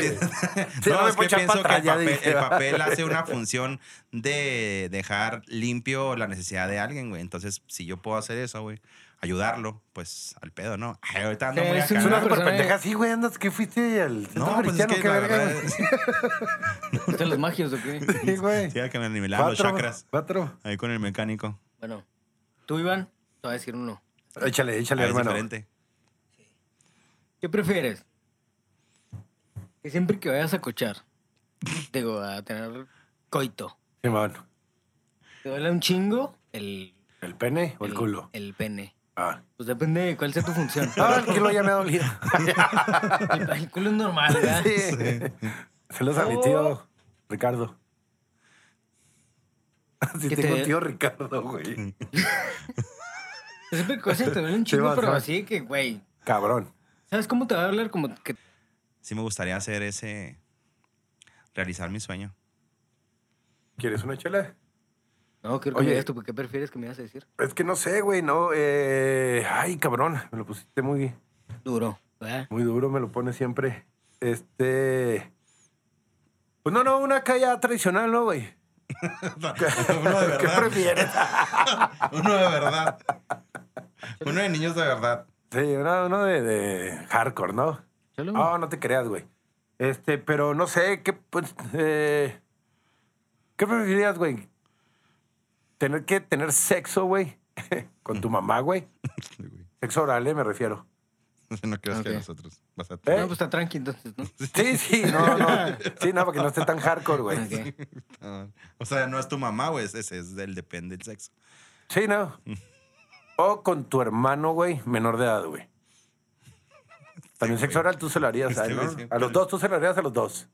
Speaker 1: Sí, no
Speaker 2: no,
Speaker 1: me puedo
Speaker 2: es que
Speaker 1: echar
Speaker 2: pienso
Speaker 1: para
Speaker 2: que
Speaker 1: atrás, ya
Speaker 2: el papel,
Speaker 1: dije.
Speaker 2: el papel hace una función de dejar limpio la necesidad de alguien, güey. Entonces, si yo puedo hacer eso, güey, ayudarlo, pues al pedo, ¿no? Ay, ahorita ando
Speaker 3: Sí,
Speaker 2: muy
Speaker 3: es
Speaker 2: acá.
Speaker 1: Es una
Speaker 3: Una persona
Speaker 1: super pendeja
Speaker 3: de-
Speaker 1: así, güey. Andas, ¿qué fuiste al centro
Speaker 2: No, pues es
Speaker 1: cristiano?
Speaker 2: que
Speaker 1: ¿Qué
Speaker 2: la
Speaker 1: verga,
Speaker 2: verdad
Speaker 1: güey?
Speaker 2: es
Speaker 3: ¿Ustedes los magios o qué?
Speaker 1: Sí, güey.
Speaker 2: sí, que me nivelaban los
Speaker 1: Cuatro,
Speaker 2: chakras.
Speaker 1: Cuatro.
Speaker 2: Ahí con el mecánico.
Speaker 3: Bueno, tú, Iván, te voy a decir uno.
Speaker 1: Échale, échale,
Speaker 2: Ah, es
Speaker 1: hermano.
Speaker 2: diferente.
Speaker 3: ¿Qué prefieres? Que siempre que vayas a cochar, digo, a tener coito,
Speaker 1: Simón,
Speaker 3: te duele un chingo el...
Speaker 1: ¿el pene o el, culo?
Speaker 3: El pene.
Speaker 1: Ah.
Speaker 3: Pues depende de cuál sea tu función.
Speaker 1: Ah, el culo ya me ha dolido.
Speaker 3: El, el culo es normal, ¿verdad?
Speaker 1: sí. Se los a mi
Speaker 2: Oh.
Speaker 1: tío Ricardo. Sí,
Speaker 3: Que
Speaker 1: tengo
Speaker 3: te-
Speaker 1: tío Ricardo, güey.
Speaker 3: Siempre que vayas te duele un
Speaker 1: Sí,
Speaker 3: chingo,
Speaker 1: vas,
Speaker 3: pero
Speaker 1: vas.
Speaker 3: así que, güey,
Speaker 1: Cabrón.
Speaker 3: ¿sabes cómo te va a hablar? Como que
Speaker 2: Sí me gustaría hacer ese... Realizar mi sueño.
Speaker 1: ¿Quieres una chela?
Speaker 3: No, quiero que
Speaker 1: Oye.
Speaker 3: me digas tú, ¿por ¿qué prefieres que me ibas a decir?
Speaker 1: Es que no sé, güey, no. eh, Ay, cabrón. Me lo pusiste muy,
Speaker 3: Duro, ¿verdad?
Speaker 1: muy duro, me lo pone siempre. Este. Pues no, no, una calle tradicional, ¿no, güey?
Speaker 2: Uno de
Speaker 1: ¿Qué prefieres?
Speaker 2: Uno de verdad. Uno de niños de verdad.
Speaker 1: Sí, una, uno de, de hardcore, ¿no?
Speaker 3: Chalo.
Speaker 1: No, no te creas, güey. Este, pero no sé, ¿qué, pues, eh, ¿qué preferirías, güey? ¿Tener que tener sexo, güey? Con tu mamá, güey. Sexo oral, eh, me refiero.
Speaker 2: No creas
Speaker 3: Ok.
Speaker 2: que nosotros. Vas a
Speaker 1: ¿Eh?
Speaker 3: No, pues está tranqui entonces, ¿no?
Speaker 1: Sí, sí, no, no. Sí, no, para que no esté tan hardcore, güey.
Speaker 3: Ok.
Speaker 2: Ah, O sea, no es tu mamá, güey. Ese es el depende del sexo.
Speaker 1: Sí, no. O con tu hermano, güey, menor de edad, güey. También sexo oral tú se lo harías,
Speaker 2: Este
Speaker 1: ¿sabes?
Speaker 2: güey
Speaker 1: no?
Speaker 2: siempre-
Speaker 1: A los dos, tú se lo harías a los dos.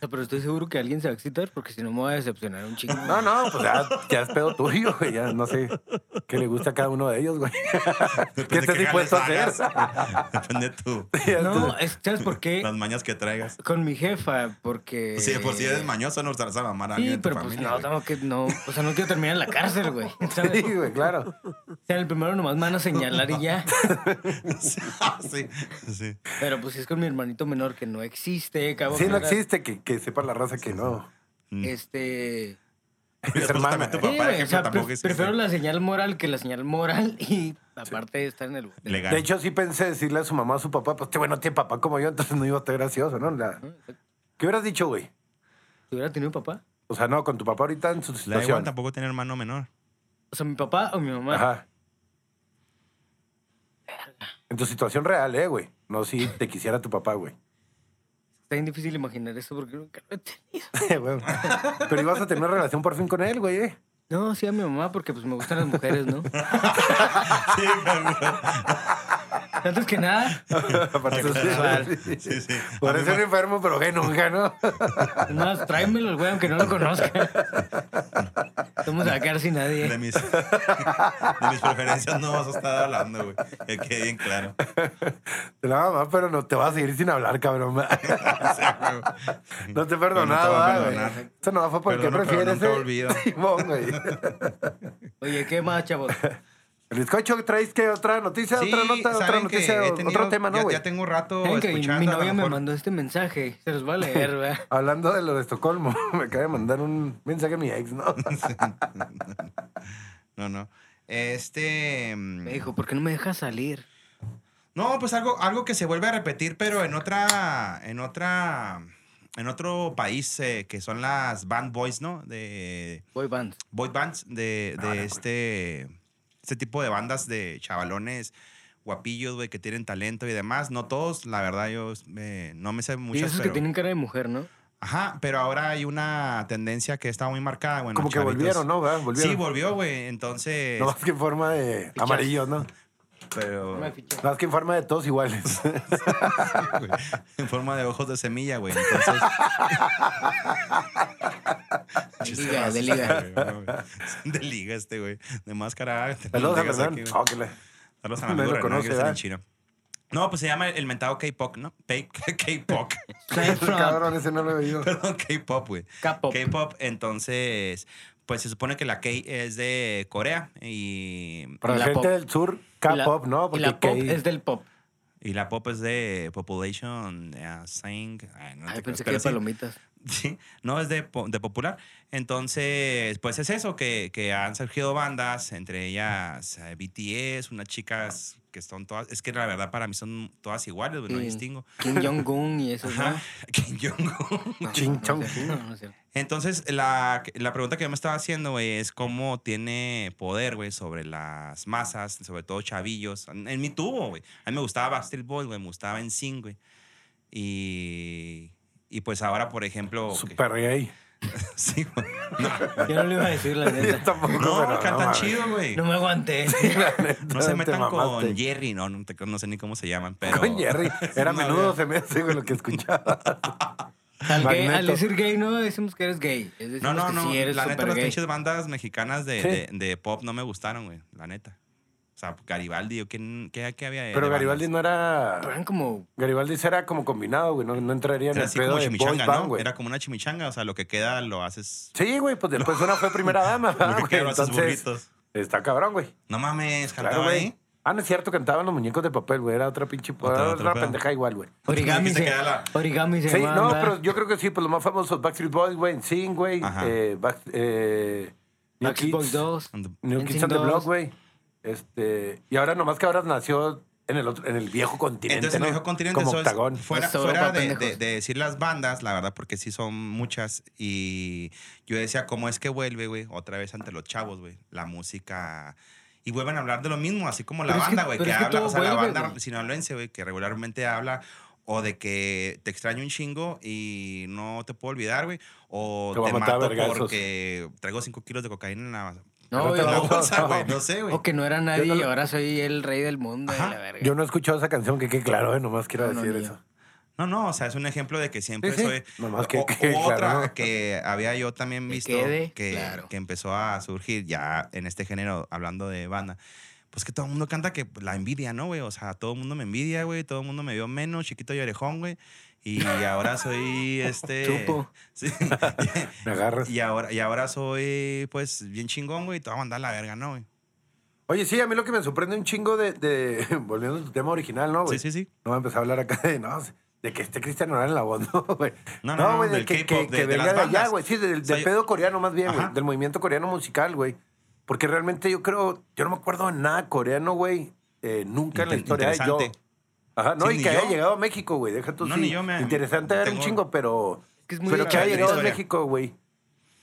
Speaker 3: sea, pero estoy seguro que alguien se va a excitar porque si no me va a decepcionar un chingo.
Speaker 1: No, no, pues ya, ya es pedo tuyo, güey. Ya no sé qué le gusta a cada uno de ellos, güey. ¿Qué
Speaker 2: Depende
Speaker 1: estás
Speaker 2: de qué
Speaker 1: dispuesto a
Speaker 2: jales
Speaker 1: hacer?
Speaker 2: hagas. Depende de tú.
Speaker 3: No, es- ¿sabes por qué?
Speaker 2: Las mañas que traigas.
Speaker 3: Con mi jefa, porque...
Speaker 2: Sí, de por si eres mañoso, no estarás a mamar a alguien
Speaker 3: Sí,
Speaker 2: de tu
Speaker 3: pero pues
Speaker 2: familia.
Speaker 3: no,
Speaker 2: güey.
Speaker 3: tengo que, no, o sea, no quiero terminar en la cárcel, güey. ¿sabes?
Speaker 1: Sí, güey, claro.
Speaker 3: O sea, el primero nomás me van a señalar y ya.
Speaker 2: sí, sí.
Speaker 3: Pero pues es con mi hermanito menor que no existe. Cabo
Speaker 1: Sí, no
Speaker 3: Ferrat,
Speaker 1: existe que, que sepa la raza que no.
Speaker 2: Mm.
Speaker 3: Este...
Speaker 1: Es hermana.
Speaker 2: Justamente,
Speaker 3: Sí,
Speaker 2: Papá,
Speaker 3: güey, o
Speaker 2: ejemplo,
Speaker 3: sea,
Speaker 2: tampoco
Speaker 3: pre-
Speaker 2: es que
Speaker 3: prefiero
Speaker 2: sea-
Speaker 3: la señal moral que la señal moral y aparte está en el bote.
Speaker 2: Legal.
Speaker 1: De hecho, sí pensé decirle a su mamá, a su papá, pues este güey no tiene papá como yo, entonces no iba a estar gracioso, ¿no? La- ¿Qué hubieras dicho, güey?
Speaker 3: Si hubiera tenido papá,
Speaker 1: O sea, no, con tu papá ahorita en su
Speaker 2: le da igual
Speaker 1: situación.
Speaker 2: tampoco tiene hermano menor.
Speaker 3: o sea, mi papá o mi mamá.
Speaker 1: Ajá. En tu situación real, ¿eh, güey? No si te quisiera tu papá, güey.
Speaker 3: Está bien difícil imaginar eso porque nunca lo he tenido.
Speaker 1: Bueno, Eh, Pero ibas a tener una relación por fin con él, güey. ¿eh?
Speaker 3: No, sí a mi mamá porque pues me gustan las mujeres, ¿no?
Speaker 2: Sí,
Speaker 3: Antes que nada,
Speaker 1: Aparte,
Speaker 3: Claro.
Speaker 1: sí, sí.
Speaker 2: sí, sí. A
Speaker 1: Por
Speaker 2: mí
Speaker 1: eso era
Speaker 2: me-
Speaker 1: enfermo, pero que nunca, ¿no?
Speaker 3: es más, tráemelo el güey aunque no lo conozca. Vamos a quedar sin
Speaker 2: De
Speaker 3: nadie.
Speaker 2: mis, de mis preferencias no vas a estar hablando, güey. Que quede bien claro.
Speaker 1: Te la mamá, pero no te vas a seguir sin hablar, cabrón.
Speaker 2: O sea, güey,
Speaker 1: No te
Speaker 2: No te va a
Speaker 1: perdonaba, güey.
Speaker 2: perdonar.
Speaker 1: Eso no fue porque
Speaker 2: Perdono, pero
Speaker 1: prefieres.
Speaker 2: nunca
Speaker 1: eh?
Speaker 2: olvido.
Speaker 1: Simón, güey.
Speaker 3: Oye, ¿qué más, chavos?
Speaker 1: El bizcocho, ¿traes qué? ¿Otra noticia?
Speaker 2: Sí,
Speaker 1: ¿Otra nota? ¿Otra
Speaker 2: saben que
Speaker 1: noticia?
Speaker 2: he
Speaker 1: o-
Speaker 2: tenido-
Speaker 1: ¿Otro tema, no,
Speaker 2: ya-
Speaker 1: güey?
Speaker 2: Ya tengo un rato
Speaker 3: Saben que mi
Speaker 2: escuchando. a lo
Speaker 3: novia me
Speaker 2: mejor-
Speaker 3: mandó este mensaje. Se los va a leer, ¿verdad?
Speaker 1: Hablando de lo de Estocolmo, me acaba de mandar un mensaje a mi ex, ¿no?
Speaker 2: No, no. Este. mm,
Speaker 3: Me dijo, ¿por qué no me dejas salir?
Speaker 2: No, pues algo, algo que se vuelve a repetir, pero en otra. En otra. En otro país eh, que son las band boys, ¿no? De.
Speaker 3: Boy band.
Speaker 2: boy bands de,
Speaker 1: Ah,
Speaker 2: de este, este tipo de bandas de chavalones guapillos, güey, que tienen talento y demás. No todos, la verdad, yo eh, no me sé
Speaker 3: y
Speaker 2: muchas,
Speaker 3: esos
Speaker 2: pero...
Speaker 3: que tienen cara de mujer, ¿no?
Speaker 2: Ajá, pero ahora hay una tendencia que está muy marcada, bueno,
Speaker 1: Como que
Speaker 2: chavitos.
Speaker 1: volvieron, ¿no? ¿verdad? Volvieron.
Speaker 2: Sí, volvió, güey, entonces...
Speaker 1: No más que en forma de
Speaker 3: Fichajes.
Speaker 1: amarillos, ¿no?
Speaker 2: pero...
Speaker 3: No me fiché.
Speaker 1: No más que en forma de todos iguales.
Speaker 2: güey, en forma de ojos de semilla, güey, entonces... Chiste
Speaker 3: liga, de
Speaker 2: racista,
Speaker 3: liga.
Speaker 2: güey, no, güey. De liga este, güey. De máscara. te
Speaker 1: Saludos a
Speaker 2: llegas
Speaker 1: Fernán.
Speaker 2: aquí, güey.
Speaker 1: Oh, que la-
Speaker 2: Saludos a
Speaker 1: Nadie
Speaker 2: la
Speaker 1: lo
Speaker 2: Honduras, ¿no?
Speaker 1: conoce,
Speaker 2: Que están
Speaker 1: ¿verdad?
Speaker 2: en China. No, pues se llama el mentado K-pop, ¿no? Pe- K-pop.
Speaker 3: Zac Efron,
Speaker 1: Cabrón, ese no lo he oído.
Speaker 2: Perdón, K-pop, güey.
Speaker 3: K-pop.
Speaker 2: K-pop, entonces, pues se supone que la K es de Corea y,
Speaker 1: Para
Speaker 3: Y
Speaker 1: la
Speaker 3: la
Speaker 1: gente
Speaker 3: pop.
Speaker 1: del sur,
Speaker 3: Y la-
Speaker 1: K-pop, ¿no?
Speaker 3: y la pop
Speaker 1: K-
Speaker 3: es del pop.
Speaker 2: y la pop es de Population eh, Sing. Ay, no
Speaker 3: Ay,
Speaker 2: te
Speaker 3: pensé que
Speaker 2: creas, pero
Speaker 3: era
Speaker 2: sí.
Speaker 3: palomitas.
Speaker 2: Sí, no es de, po- de popular. Entonces, pues es eso, que, que han surgido bandas, entre ellas eh, BTS, unas chicas que son todas, es que la verdad para mí son todas iguales, güey, no
Speaker 3: Sí.
Speaker 2: distingo.
Speaker 3: Kim Jong-un y esos, ¿no?
Speaker 2: Ajá, Kim Jong-un.
Speaker 3: No,
Speaker 1: Ching
Speaker 3: no,
Speaker 1: chong
Speaker 3: no es cierto, no, no es cierto.
Speaker 2: Entonces, la, la pregunta que yo me estaba haciendo, güey, es cómo tiene poder, güey, sobre las masas, sobre todo chavillos. En, en mi tubo, güey. A mí me gustaba Backstreet Boys, güey, me gustaba NSYNC, güey. Y, y pues ahora, por ejemplo... que-
Speaker 1: Super gay.
Speaker 2: sí, güey. No,
Speaker 3: Yo no le iba a decir la
Speaker 1: Yo
Speaker 3: neta.
Speaker 1: tampoco,
Speaker 2: no,
Speaker 1: pero
Speaker 2: cantan
Speaker 1: mames.
Speaker 2: chido, güey.
Speaker 3: No
Speaker 2: No,
Speaker 3: me aguanté.
Speaker 1: La neta,
Speaker 2: se
Speaker 1: te
Speaker 2: metan
Speaker 1: mamaste.
Speaker 2: con Jerry, no, no, te- no sé ni cómo se llaman, pero...
Speaker 1: Con Jerry. Era
Speaker 2: No,
Speaker 1: menudo,
Speaker 2: güey.
Speaker 1: se me hace, güey, lo que escuchaba.
Speaker 3: Al, gay- al
Speaker 1: Magneto.
Speaker 3: decir gay no decimos que eres gay. Es decir,
Speaker 2: No, no, no.
Speaker 3: que sí eres
Speaker 2: la neta,
Speaker 3: super
Speaker 2: las
Speaker 3: gay.
Speaker 2: pinches bandas mexicanas de,
Speaker 1: Sí.
Speaker 2: de- de pop no me gustaron, güey. La neta. O sea, Garibaldi, ¿o ¿quién, qué, qué había? de
Speaker 1: Pero
Speaker 2: bandas?
Speaker 1: Garibaldi no
Speaker 3: Pero
Speaker 1: era.
Speaker 3: eran como...
Speaker 1: Garibaldi era como combinado, güey. No, no entraría en
Speaker 2: Era
Speaker 1: el
Speaker 2: así
Speaker 1: pedo
Speaker 2: como
Speaker 1: de boys
Speaker 2: chimichanga,
Speaker 1: band,
Speaker 2: ¿no?
Speaker 1: güey.
Speaker 2: Era como una chimichanga, o sea, lo que queda lo haces.
Speaker 1: Sí, güey, pues después una fue primera dama.
Speaker 2: lo
Speaker 1: ¿verdad, Ah,
Speaker 2: que
Speaker 1: güey?
Speaker 2: queda lo haces
Speaker 1: Entonces,
Speaker 2: burritos.
Speaker 1: está cabrón, güey.
Speaker 2: No mames, ¿eh?
Speaker 1: Claro,
Speaker 2: cantaba
Speaker 1: güey.
Speaker 2: ahí.
Speaker 1: Ah, no es cierto, cantaban los muñecos de papel, güey. Era otra pinche.
Speaker 2: Otra-
Speaker 1: era
Speaker 2: otro
Speaker 1: otra
Speaker 2: pedo.
Speaker 1: pendeja igual, güey.
Speaker 3: Origami
Speaker 2: Se
Speaker 3: se,
Speaker 2: queda la-
Speaker 3: origami se
Speaker 1: Sí,
Speaker 3: llama,
Speaker 1: no,
Speaker 3: ¿verdad?
Speaker 1: pero yo creo que sí, pues los más famosos, Backstreet Boys, güey, Sing, güey,
Speaker 2: Ajá.
Speaker 1: eh, Back- eh, New
Speaker 3: Backstreet Boys
Speaker 1: Kids,
Speaker 3: 2.
Speaker 2: And the-
Speaker 1: New
Speaker 3: NSYNC
Speaker 1: Kids on the
Speaker 3: 2.
Speaker 1: Block, güey. Este, y ahora nomás que ahora nació en el otro, en el viejo continente,
Speaker 2: Entonces, en
Speaker 1: ¿no?
Speaker 2: el viejo continente,
Speaker 1: como
Speaker 2: eso es-
Speaker 1: octagón.
Speaker 2: fuera,
Speaker 3: Pues,
Speaker 2: fuera
Speaker 3: Europa,
Speaker 2: de, de-
Speaker 3: pendejos.
Speaker 2: de decir las bandas, la verdad, porque sí son muchas. Y yo decía, ¿cómo es que vuelve, güey? Otra vez ante los chavos, güey. La música. Y vuelven a hablar de lo mismo, así como la
Speaker 3: Pero es que-
Speaker 2: banda, güey, que,
Speaker 3: pero es que
Speaker 2: habla, o
Speaker 3: todo
Speaker 2: sea, la
Speaker 3: vuelve,
Speaker 2: banda
Speaker 3: güey.
Speaker 2: sinaloense, güey, que regularmente habla o de que te extraño un chingo y no te puedo olvidar, güey, o
Speaker 1: Te voy a
Speaker 2: te
Speaker 1: matar a
Speaker 2: mato
Speaker 1: vergazos.
Speaker 2: porque traigo 5 kilos de cocaína en la,
Speaker 3: No,
Speaker 2: en la
Speaker 3: yo-
Speaker 2: bolsa, güey, no sé, güey.
Speaker 3: O que no era nadie
Speaker 1: Yo no
Speaker 3: y
Speaker 1: lo-
Speaker 3: ahora soy el rey del mundo. de
Speaker 2: Ajá.
Speaker 3: la verga.
Speaker 1: Yo no he escuchado esa canción, que qué claro, eh, nomás quiero
Speaker 3: No, no,
Speaker 1: decir
Speaker 3: ni yo.
Speaker 1: eso.
Speaker 2: No, no, o sea, es un ejemplo de que siempre
Speaker 1: Sí, sí.
Speaker 2: soy.
Speaker 1: Nomás que-
Speaker 2: o-
Speaker 1: que,
Speaker 2: otra
Speaker 1: claro, ¿no?
Speaker 2: que había yo también
Speaker 3: Que
Speaker 2: visto
Speaker 3: quede,
Speaker 2: que,
Speaker 3: claro.
Speaker 2: que empezó a surgir ya en este género, hablando de banda. Pues que todo el mundo canta que la envidia, ¿no, güey? O sea, todo el mundo me envidia, güey. Todo el mundo me vio menos, chiquito y orejón, güey. Y ahora soy este.
Speaker 3: Chupo.
Speaker 2: Sí.
Speaker 1: Me agarras.
Speaker 2: y, ahora, y ahora soy, pues, bien chingón, güey. Y te voy a mandar a la verga, ¿no, güey?
Speaker 1: Oye, sí, a mí lo que me sorprende un chingo de. de- volviendo a tu tema original, ¿no, güey?
Speaker 2: Sí, sí, sí.
Speaker 1: No voy a empezar a hablar acá de. No, de que esté Cristian Nodal en la voz, no, güey.
Speaker 2: No, no, no,
Speaker 1: güey, de
Speaker 2: del
Speaker 1: que, que-
Speaker 2: K-pop, de-
Speaker 1: que
Speaker 2: de
Speaker 1: venga
Speaker 2: las
Speaker 1: de allá,
Speaker 2: bandas.
Speaker 1: güey. Sí, del, del
Speaker 2: Soy-
Speaker 1: pedo coreano más bien, güey.
Speaker 2: Ajá.
Speaker 1: Del movimiento coreano musical, güey. Porque realmente yo creo. Yo no me acuerdo de nada coreano, güey. eh, nunca en la
Speaker 2: Inter-
Speaker 1: historia. Yo,
Speaker 2: interesante.
Speaker 1: ajá, no,
Speaker 2: Sí,
Speaker 1: y
Speaker 2: ni
Speaker 1: que haya
Speaker 2: yo.
Speaker 1: llegado a México, güey. Deja tú
Speaker 2: No,
Speaker 1: sí.
Speaker 2: ni yo me-
Speaker 1: Interesante era un
Speaker 2: tengo-
Speaker 1: chingo, pero.
Speaker 3: que es muy
Speaker 1: pero que haya
Speaker 2: la
Speaker 1: llegado a
Speaker 2: historia.
Speaker 1: México, güey.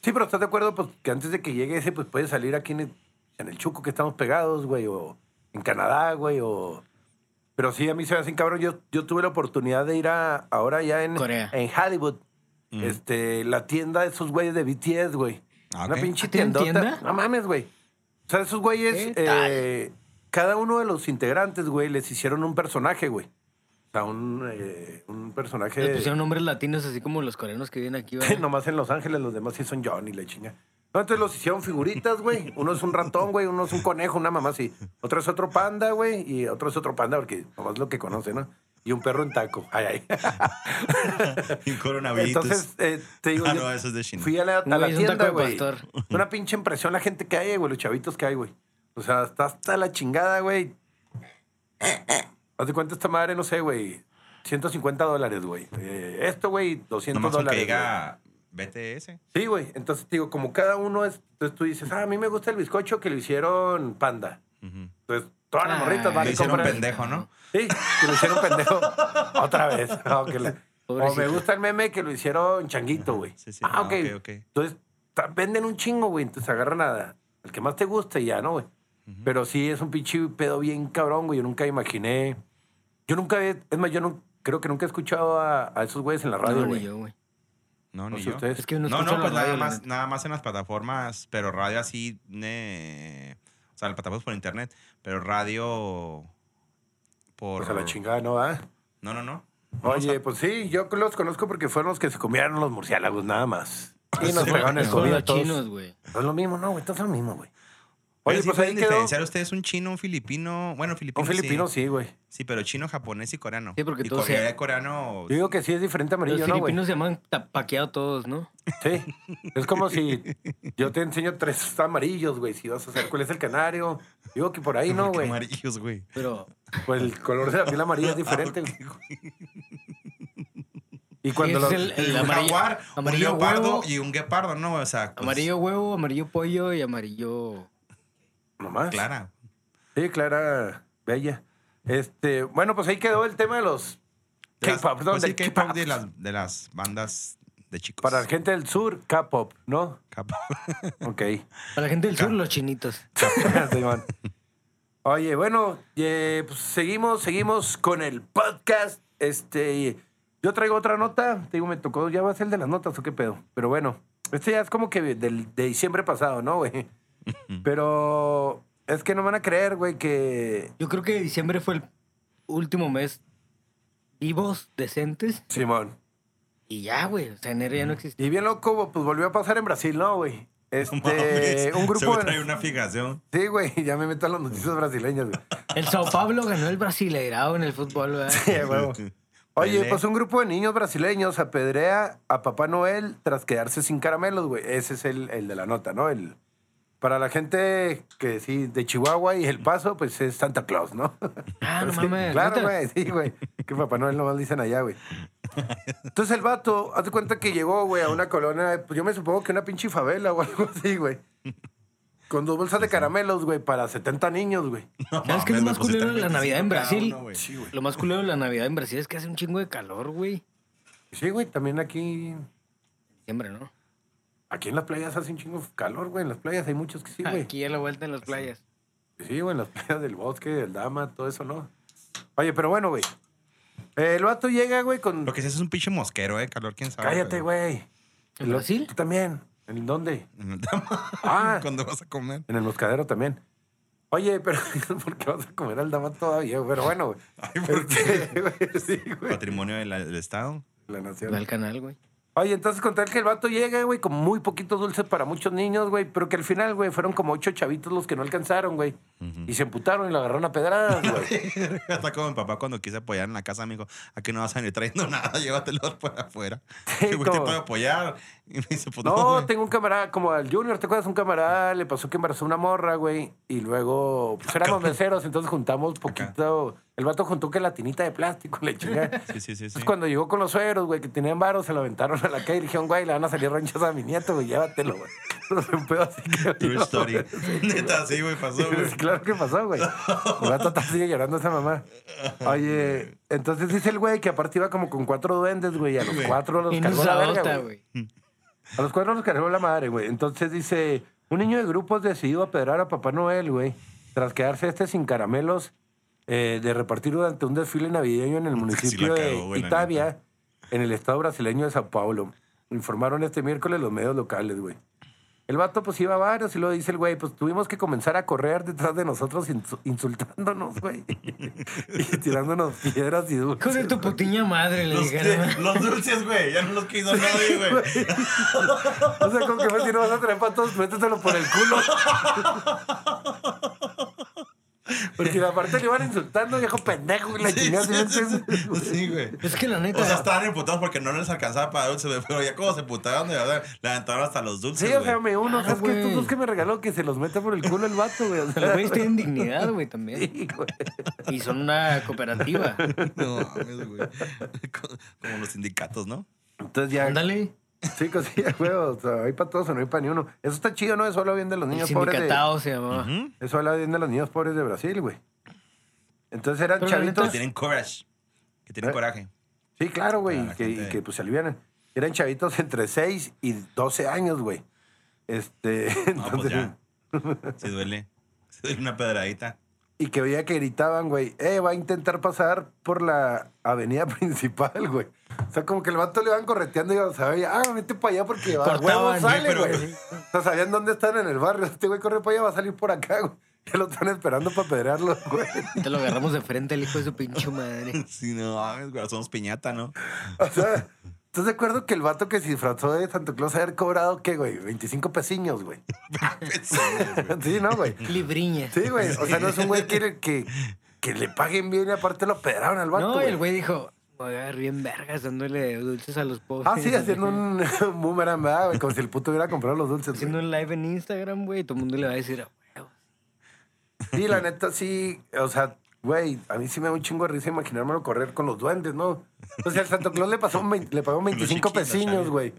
Speaker 1: Sí, pero ¿estás de acuerdo? Pues que antes de que llegue ese, pues puede salir aquí en el, en el Chuco que estamos pegados, güey, o en Canadá, güey, o... Pero sí, a mí se me hacen cabrón. Yo, yo tuve la oportunidad de ir a, ahora ya en,
Speaker 3: Corea.
Speaker 1: en Hollywood,
Speaker 2: Mm.
Speaker 1: este, la tienda de esos güeyes de BTS, güey.
Speaker 2: Ah,
Speaker 1: Una
Speaker 2: ok.
Speaker 1: pinche
Speaker 3: ¿Ah, ¿tienen
Speaker 1: tiendota.
Speaker 3: tienda?
Speaker 1: No mames, güey. O sea, esos güeyes,
Speaker 3: ¿Qué tal?
Speaker 1: eh, cada uno de los integrantes, güey, les hicieron un personaje, güey. O sea, un, eh, un personaje...
Speaker 3: Le pusieron nombres latinos así como los coreanos que vienen aquí. ¿verdad?
Speaker 1: Nomás en Los Ángeles, los demás sí son Johnny, la chinga. No, entonces los hicieron figuritas, güey. Uno es un ratón, güey. Uno es un conejo, una mamá así. Otro es otro panda, güey. Y otro es otro panda, porque nomás lo que conoce, ¿no? Y un perro en taco. Ay, ay.
Speaker 2: Y coronavirus.
Speaker 1: Entonces, eh, te digo,
Speaker 2: Ah,
Speaker 1: yo
Speaker 2: no, eso es de China.
Speaker 1: fui a la, a la
Speaker 3: Güey, es un taco
Speaker 1: tienda,
Speaker 3: de
Speaker 1: güey.
Speaker 3: pastor.
Speaker 1: Una pinche impresión la gente que hay, güey. Los chavitos que hay, güey. O sea, está hasta la chingada, güey. Haz de cuenta esta madre, no sé, güey. 150 dólares, güey. Eh, esto, güey, 200
Speaker 2: Nomás aunque
Speaker 1: dólares. güey.
Speaker 2: diga BTS.
Speaker 1: Sí, güey. Entonces, te digo, como cada uno es. Entonces tú dices, ah, a mí me gusta el bizcocho que lo hicieron panda.
Speaker 2: Ujú.
Speaker 1: Entonces, todas las
Speaker 3: Ah,
Speaker 1: morritas van
Speaker 2: Lo
Speaker 1: y
Speaker 2: hicieron
Speaker 1: compran.
Speaker 2: pendejo, ¿no?
Speaker 1: Sí, que lo hicieron pendejo. Otra vez. Ah, que la- O
Speaker 3: Pobrecito.
Speaker 1: me gusta el meme que lo hicieron changuito, güey.
Speaker 2: Sí, sí.
Speaker 1: Ah,
Speaker 2: Ah,
Speaker 1: ok.
Speaker 2: ok, ok.
Speaker 1: Entonces, ta- venden un chingo, güey. Entonces agarran a, al que más te gusta y ya, ¿no, güey? Pero sí es un pinche pedo bien cabrón, güey. Yo nunca imaginé. Yo nunca. he- Es más, yo no, creo que nunca he escuchado a, a esos güeyes en la radio,
Speaker 3: No, ni
Speaker 1: güey.
Speaker 3: yo, güey.
Speaker 2: No,
Speaker 1: No
Speaker 2: ni
Speaker 1: sé
Speaker 2: yo.
Speaker 1: ustedes.
Speaker 3: Es que uno
Speaker 2: No,
Speaker 3: escucha
Speaker 2: no,
Speaker 3: la
Speaker 2: pues nada
Speaker 3: radio, la
Speaker 2: más,
Speaker 3: neta.
Speaker 2: nada más en las plataformas, pero radio así, eh, o sea, las plataformas por internet, pero radio por...
Speaker 1: Pues a la chingada, ¿no? Ah.
Speaker 2: No, no, no.
Speaker 1: Oye, pues sí, yo los conozco porque fueron los que se comieron los murciélagos, nada más. Y nos
Speaker 2: Sí,
Speaker 1: pegaron el
Speaker 3: Son
Speaker 1: COVID a
Speaker 3: los
Speaker 1: todos.
Speaker 3: chinos, güey.
Speaker 1: No es lo mismo, no, güey, todos son lo mismo, güey.
Speaker 2: Oye,
Speaker 1: Oye, pues ahí
Speaker 2: pueden
Speaker 1: quedó.
Speaker 2: diferenciar ustedes un chino, un filipino, bueno, filipino
Speaker 1: Un filipino sí, güey.
Speaker 2: Sí, pero chino, japonés y coreano.
Speaker 3: Sí, porque
Speaker 2: y
Speaker 3: todos
Speaker 2: coreano,
Speaker 3: se-
Speaker 2: coreano...
Speaker 1: Yo digo que sí es diferente
Speaker 3: Los
Speaker 1: amarillo, ¿no, güey?
Speaker 3: filipinos se llaman tapaqueado todos, ¿no?
Speaker 1: Sí. Es como si yo te enseño tres amarillos, güey, si vas a saber cuál es el canario. Digo que por ahí, ¿no,
Speaker 2: Qué
Speaker 1: güey?
Speaker 2: amarillos, güey.
Speaker 3: Pero
Speaker 1: Pues el color de la piel amarilla es diferente. Ah, güey. Y cuando
Speaker 3: cuando
Speaker 1: lo...
Speaker 3: es el, el
Speaker 2: un
Speaker 3: amarillo,
Speaker 2: jaguar,
Speaker 3: amarillo
Speaker 2: un leopardo
Speaker 3: huevo,
Speaker 2: y un guepardo, ¿no? O sea, pues,
Speaker 3: amarillo huevo, amarillo pollo y amarillo...
Speaker 1: Nomás.
Speaker 2: Clara.
Speaker 1: Sí, Clara Bella. Este, bueno, pues ahí quedó el tema de los
Speaker 2: De las-
Speaker 1: K-pop, ¿no?
Speaker 2: pues sí,
Speaker 1: Del
Speaker 2: K-pop
Speaker 1: K-pop.
Speaker 2: de las, de las bandas de chicos.
Speaker 1: Para la gente del sur, K-pop, ¿no?
Speaker 2: K-pop.
Speaker 1: Ok.
Speaker 3: Para la gente del sur, los chinitos.
Speaker 1: Simón. Oye, bueno, eh, pues seguimos, seguimos con el podcast. Este, yo traigo otra nota. Te digo, me tocó, ya va a ser el de las notas o qué pedo. Pero bueno, este ya es como que del, de diciembre pasado, ¿no, güey? Pero es que no me van a creer, güey, que.
Speaker 3: Yo creo que diciembre fue el último mes vivos, decentes,
Speaker 1: Simón.
Speaker 3: y ya, güey. O sea, enero ya no existía.
Speaker 1: Y bien loco, pues volvió a pasar en Brasil, ¿no, güey? Este,
Speaker 2: Mames,
Speaker 1: un
Speaker 2: se
Speaker 1: grupo.
Speaker 2: me
Speaker 1: de-
Speaker 2: trae una fijación.
Speaker 1: Sí, güey, ya me meto a las noticias brasileñas, güey.
Speaker 3: El Sao Paulo ganó el Brasileirao en el fútbol, ¿verdad?
Speaker 1: Sí, a huevo. Oye,
Speaker 2: Pelé.
Speaker 1: pues un grupo de niños brasileños apedrea a Papá Noel tras quedarse sin caramelos, güey. Ese es el, el de la nota, ¿no? El, para la gente que sí, de Chihuahua y El Paso, pues es Santa Claus, ¿no?
Speaker 3: Ah, no
Speaker 1: Pues Sí,
Speaker 3: mames.
Speaker 1: Claro,
Speaker 3: ¿neta?
Speaker 1: güey, sí, güey. Que Papá Noel nomás dicen allá, güey. Entonces el vato, haz de cuenta que llegó, güey, a una colonia, pues yo me supongo que una pinche favela o algo así, güey. Con dos bolsas de caramelos, güey, para 70 niños, güey.
Speaker 3: ¿Sabes qué es lo
Speaker 2: mames,
Speaker 3: más
Speaker 2: me pusiste
Speaker 3: culero de la
Speaker 2: 25
Speaker 3: Navidad en
Speaker 2: cada
Speaker 3: Brasil?
Speaker 2: uno, güey.
Speaker 3: Lo más culero de la Navidad en Brasil es que hace un chingo de calor, güey.
Speaker 1: Sí, güey, también aquí
Speaker 3: Diciembre, ¿no?
Speaker 1: Aquí en las playas hace un chingo de calor, güey. En las playas hay muchos que sí, güey.
Speaker 3: Aquí a la vuelta en las playas.
Speaker 1: Sí, güey, en las playas del bosque, del dama, todo eso, ¿no? Oye, pero bueno, güey. El vato llega, güey, con...
Speaker 2: Lo que sí es un pinche mosquero, ¿eh? Calor, quién sabe.
Speaker 1: Cállate,
Speaker 2: pero-
Speaker 1: güey.
Speaker 3: ¿En Brasil?
Speaker 1: Tú también. ¿En dónde?
Speaker 2: En el tama-
Speaker 1: Ah.
Speaker 2: ¿Cuándo vas a comer?
Speaker 1: En el moscadero también. Oye, pero ¿por qué vas a comer al dama todavía? Pero bueno, güey.
Speaker 2: Ay, ¿por qué?
Speaker 1: Este, güey, sí, güey.
Speaker 2: Patrimonio del, del Estado.
Speaker 1: La nación.
Speaker 3: Va al canal, güey.
Speaker 1: Oye, entonces contar que el vato llega, güey, con muy poquitos dulces para muchos niños, güey, pero que al final, güey, fueron como ocho chavitos los que no alcanzaron, güey. Y se emputaron y lo agarraron a pedradas, güey.
Speaker 2: Hasta como mi papá cuando quise apoyar en la casa, me dijo, aquí no vas a venir trayendo nada, llévatelo por afuera.
Speaker 1: Sí,
Speaker 2: Y güey, te
Speaker 1: como-
Speaker 2: puedo apoyar. Y me dice, pues no,
Speaker 1: No,
Speaker 2: güey.
Speaker 1: tengo un camarada, como al Junior, ¿te acuerdas? Un camarada le pasó que embarazó una morra, güey, y luego pues, éramos meseros, entonces juntamos poquito. El vato juntó que la tinita de plástico, le chingada.
Speaker 2: Sí, sí, sí, sí.
Speaker 1: Entonces, cuando llegó con los sueros, güey, que tenían varos, se lo aventaron a la calle y dijeron, güey, le van a salir ranchas a mi nieto, güey, llévatelo, güey. No se puede así que.
Speaker 2: True story. Neta, sí, güey, pasó, güey.
Speaker 1: Sí, claro que pasó, güey. El vato está- sigue llorando esa mamá. Oye, entonces dice el güey que aparte iba como con cuatro duendes, güey. y A los
Speaker 2: Güey.
Speaker 1: cuatro los
Speaker 3: Y
Speaker 1: cargó
Speaker 3: nos
Speaker 1: la
Speaker 3: adopta,
Speaker 1: verga, güey.
Speaker 3: güey.
Speaker 1: A los cuatro los cargó la madre, güey. Entonces dice, un niño de grupos decidió apedrar a Papá Noel, güey, tras quedarse este sin caramelos eh, de repartir durante un desfile navideño en el municipio
Speaker 2: cagó,
Speaker 1: de
Speaker 2: güey, la
Speaker 1: Itavia, en el estado brasileño de Sao Paulo. Informaron este miércoles los medios locales, güey. El vato pues iba a varios y lo dice el güey, pues tuvimos que comenzar a correr detrás de nosotros insu- insultándonos, güey. y tirándonos piedras y dulces.
Speaker 3: Hijo de tu
Speaker 1: güey.
Speaker 3: putiña madre, le
Speaker 2: Los,
Speaker 3: dijeron.
Speaker 2: los dulces, güey, ya no los quiso nadie, güey.
Speaker 1: O sea, como que pues, si no vas a traer patos, métetelo por el culo. Porque aparte le iban insultando, viejo pendejo, y la
Speaker 2: Sí,
Speaker 1: chingada.
Speaker 2: sí,
Speaker 1: ¿sí me
Speaker 2: sí,
Speaker 1: entiendes?
Speaker 2: sí, sí, güey.
Speaker 3: Es que la neta.
Speaker 2: O sea, estaban emputados porque no les alcanzaba para dulces, güey, pero ya como se emputaron, de verdad, le aventaron hasta los dulces,
Speaker 1: Sí,
Speaker 2: güey.
Speaker 1: o sea, me uno.
Speaker 3: Claro,
Speaker 1: ¿Sabes qué? Estos
Speaker 3: Ah, güey.
Speaker 1: dos que me regaló que se los mete por el culo el vato, güey. O sea,
Speaker 3: Los güeyes tienen dignidad, güey, también.
Speaker 1: sí, güey.
Speaker 3: Y son una cooperativa.
Speaker 2: No mames, güey. Co- Como los sindicatos, ¿no?
Speaker 1: Entonces ya.
Speaker 3: Ándale.
Speaker 1: Sí, cosilla, güey. O sea, hay para todos o no hay para ni uno. Eso está chido, ¿no? Eso habla bien de los
Speaker 3: El
Speaker 1: niños pobres. de-
Speaker 3: sindicatado se llamaba.
Speaker 1: Eso habla bien de los niños pobres de Brasil, güey. Entonces eran
Speaker 3: Pero la neta-
Speaker 2: Que
Speaker 1: chavitos.
Speaker 2: tienen courage. Que tienen
Speaker 1: ¿Eh?
Speaker 2: coraje.
Speaker 1: Sí, claro, güey.
Speaker 2: Para
Speaker 1: Y
Speaker 2: la
Speaker 1: que, y
Speaker 2: gente.
Speaker 1: que, pues se alivianan. Eran chavitos entre 6 y 12 años, güey. Este.
Speaker 2: No,
Speaker 1: entonces,
Speaker 2: pues ya. Se duele. Se duele una pedradita.
Speaker 1: y que veía que gritaban, güey, eh, va a intentar pasar por la avenida principal, güey. O sea, como que el vato le van correteando y o sea, oye, ah, vete para allá porque va,
Speaker 3: Cortaban,
Speaker 1: huevo
Speaker 3: sí,
Speaker 1: sale,
Speaker 2: pero-
Speaker 1: güey. O sea, sabían dónde están en el barrio. Este güey corre para allá, va a salir por acá, güey. Ya lo están esperando para pedrarlo, güey.
Speaker 3: Te lo agarramos de frente el hijo de su pinche madre.
Speaker 2: Sí, no mames, güey. Somos piñata, ¿no?
Speaker 1: O sea, ¿estás de acuerdo que el vato que se disfrazó de Santo Claus haber cobrado, qué, güey? 25 pesiños, güey. sí, ¿no, güey?
Speaker 3: Libriña.
Speaker 1: Sí, güey. O sea, no es un güey que, que, que le paguen bien y aparte lo pedraron al vato.
Speaker 3: no, el güey dijo, me voy a ver bien vergas dándole dulces a los pobres.
Speaker 1: Ah, sí, haciendo un, un boomerang, ¿verdad, güey? Como si el puto hubiera comprado los dulces. güey.
Speaker 3: Haciendo un live en Instagram, güey. y Todo el mundo le va a decir, "Ah, huevo".
Speaker 1: Sí, la neta, sí. O sea, güey, a mí sí me da un chingo de risa imaginármelo correr con los duendes, ¿no? O sea, al Santo Claus le, pasó un vein- le pagó 25
Speaker 2: chiquitos,
Speaker 1: pesiños,
Speaker 2: Xavi.
Speaker 1: güey.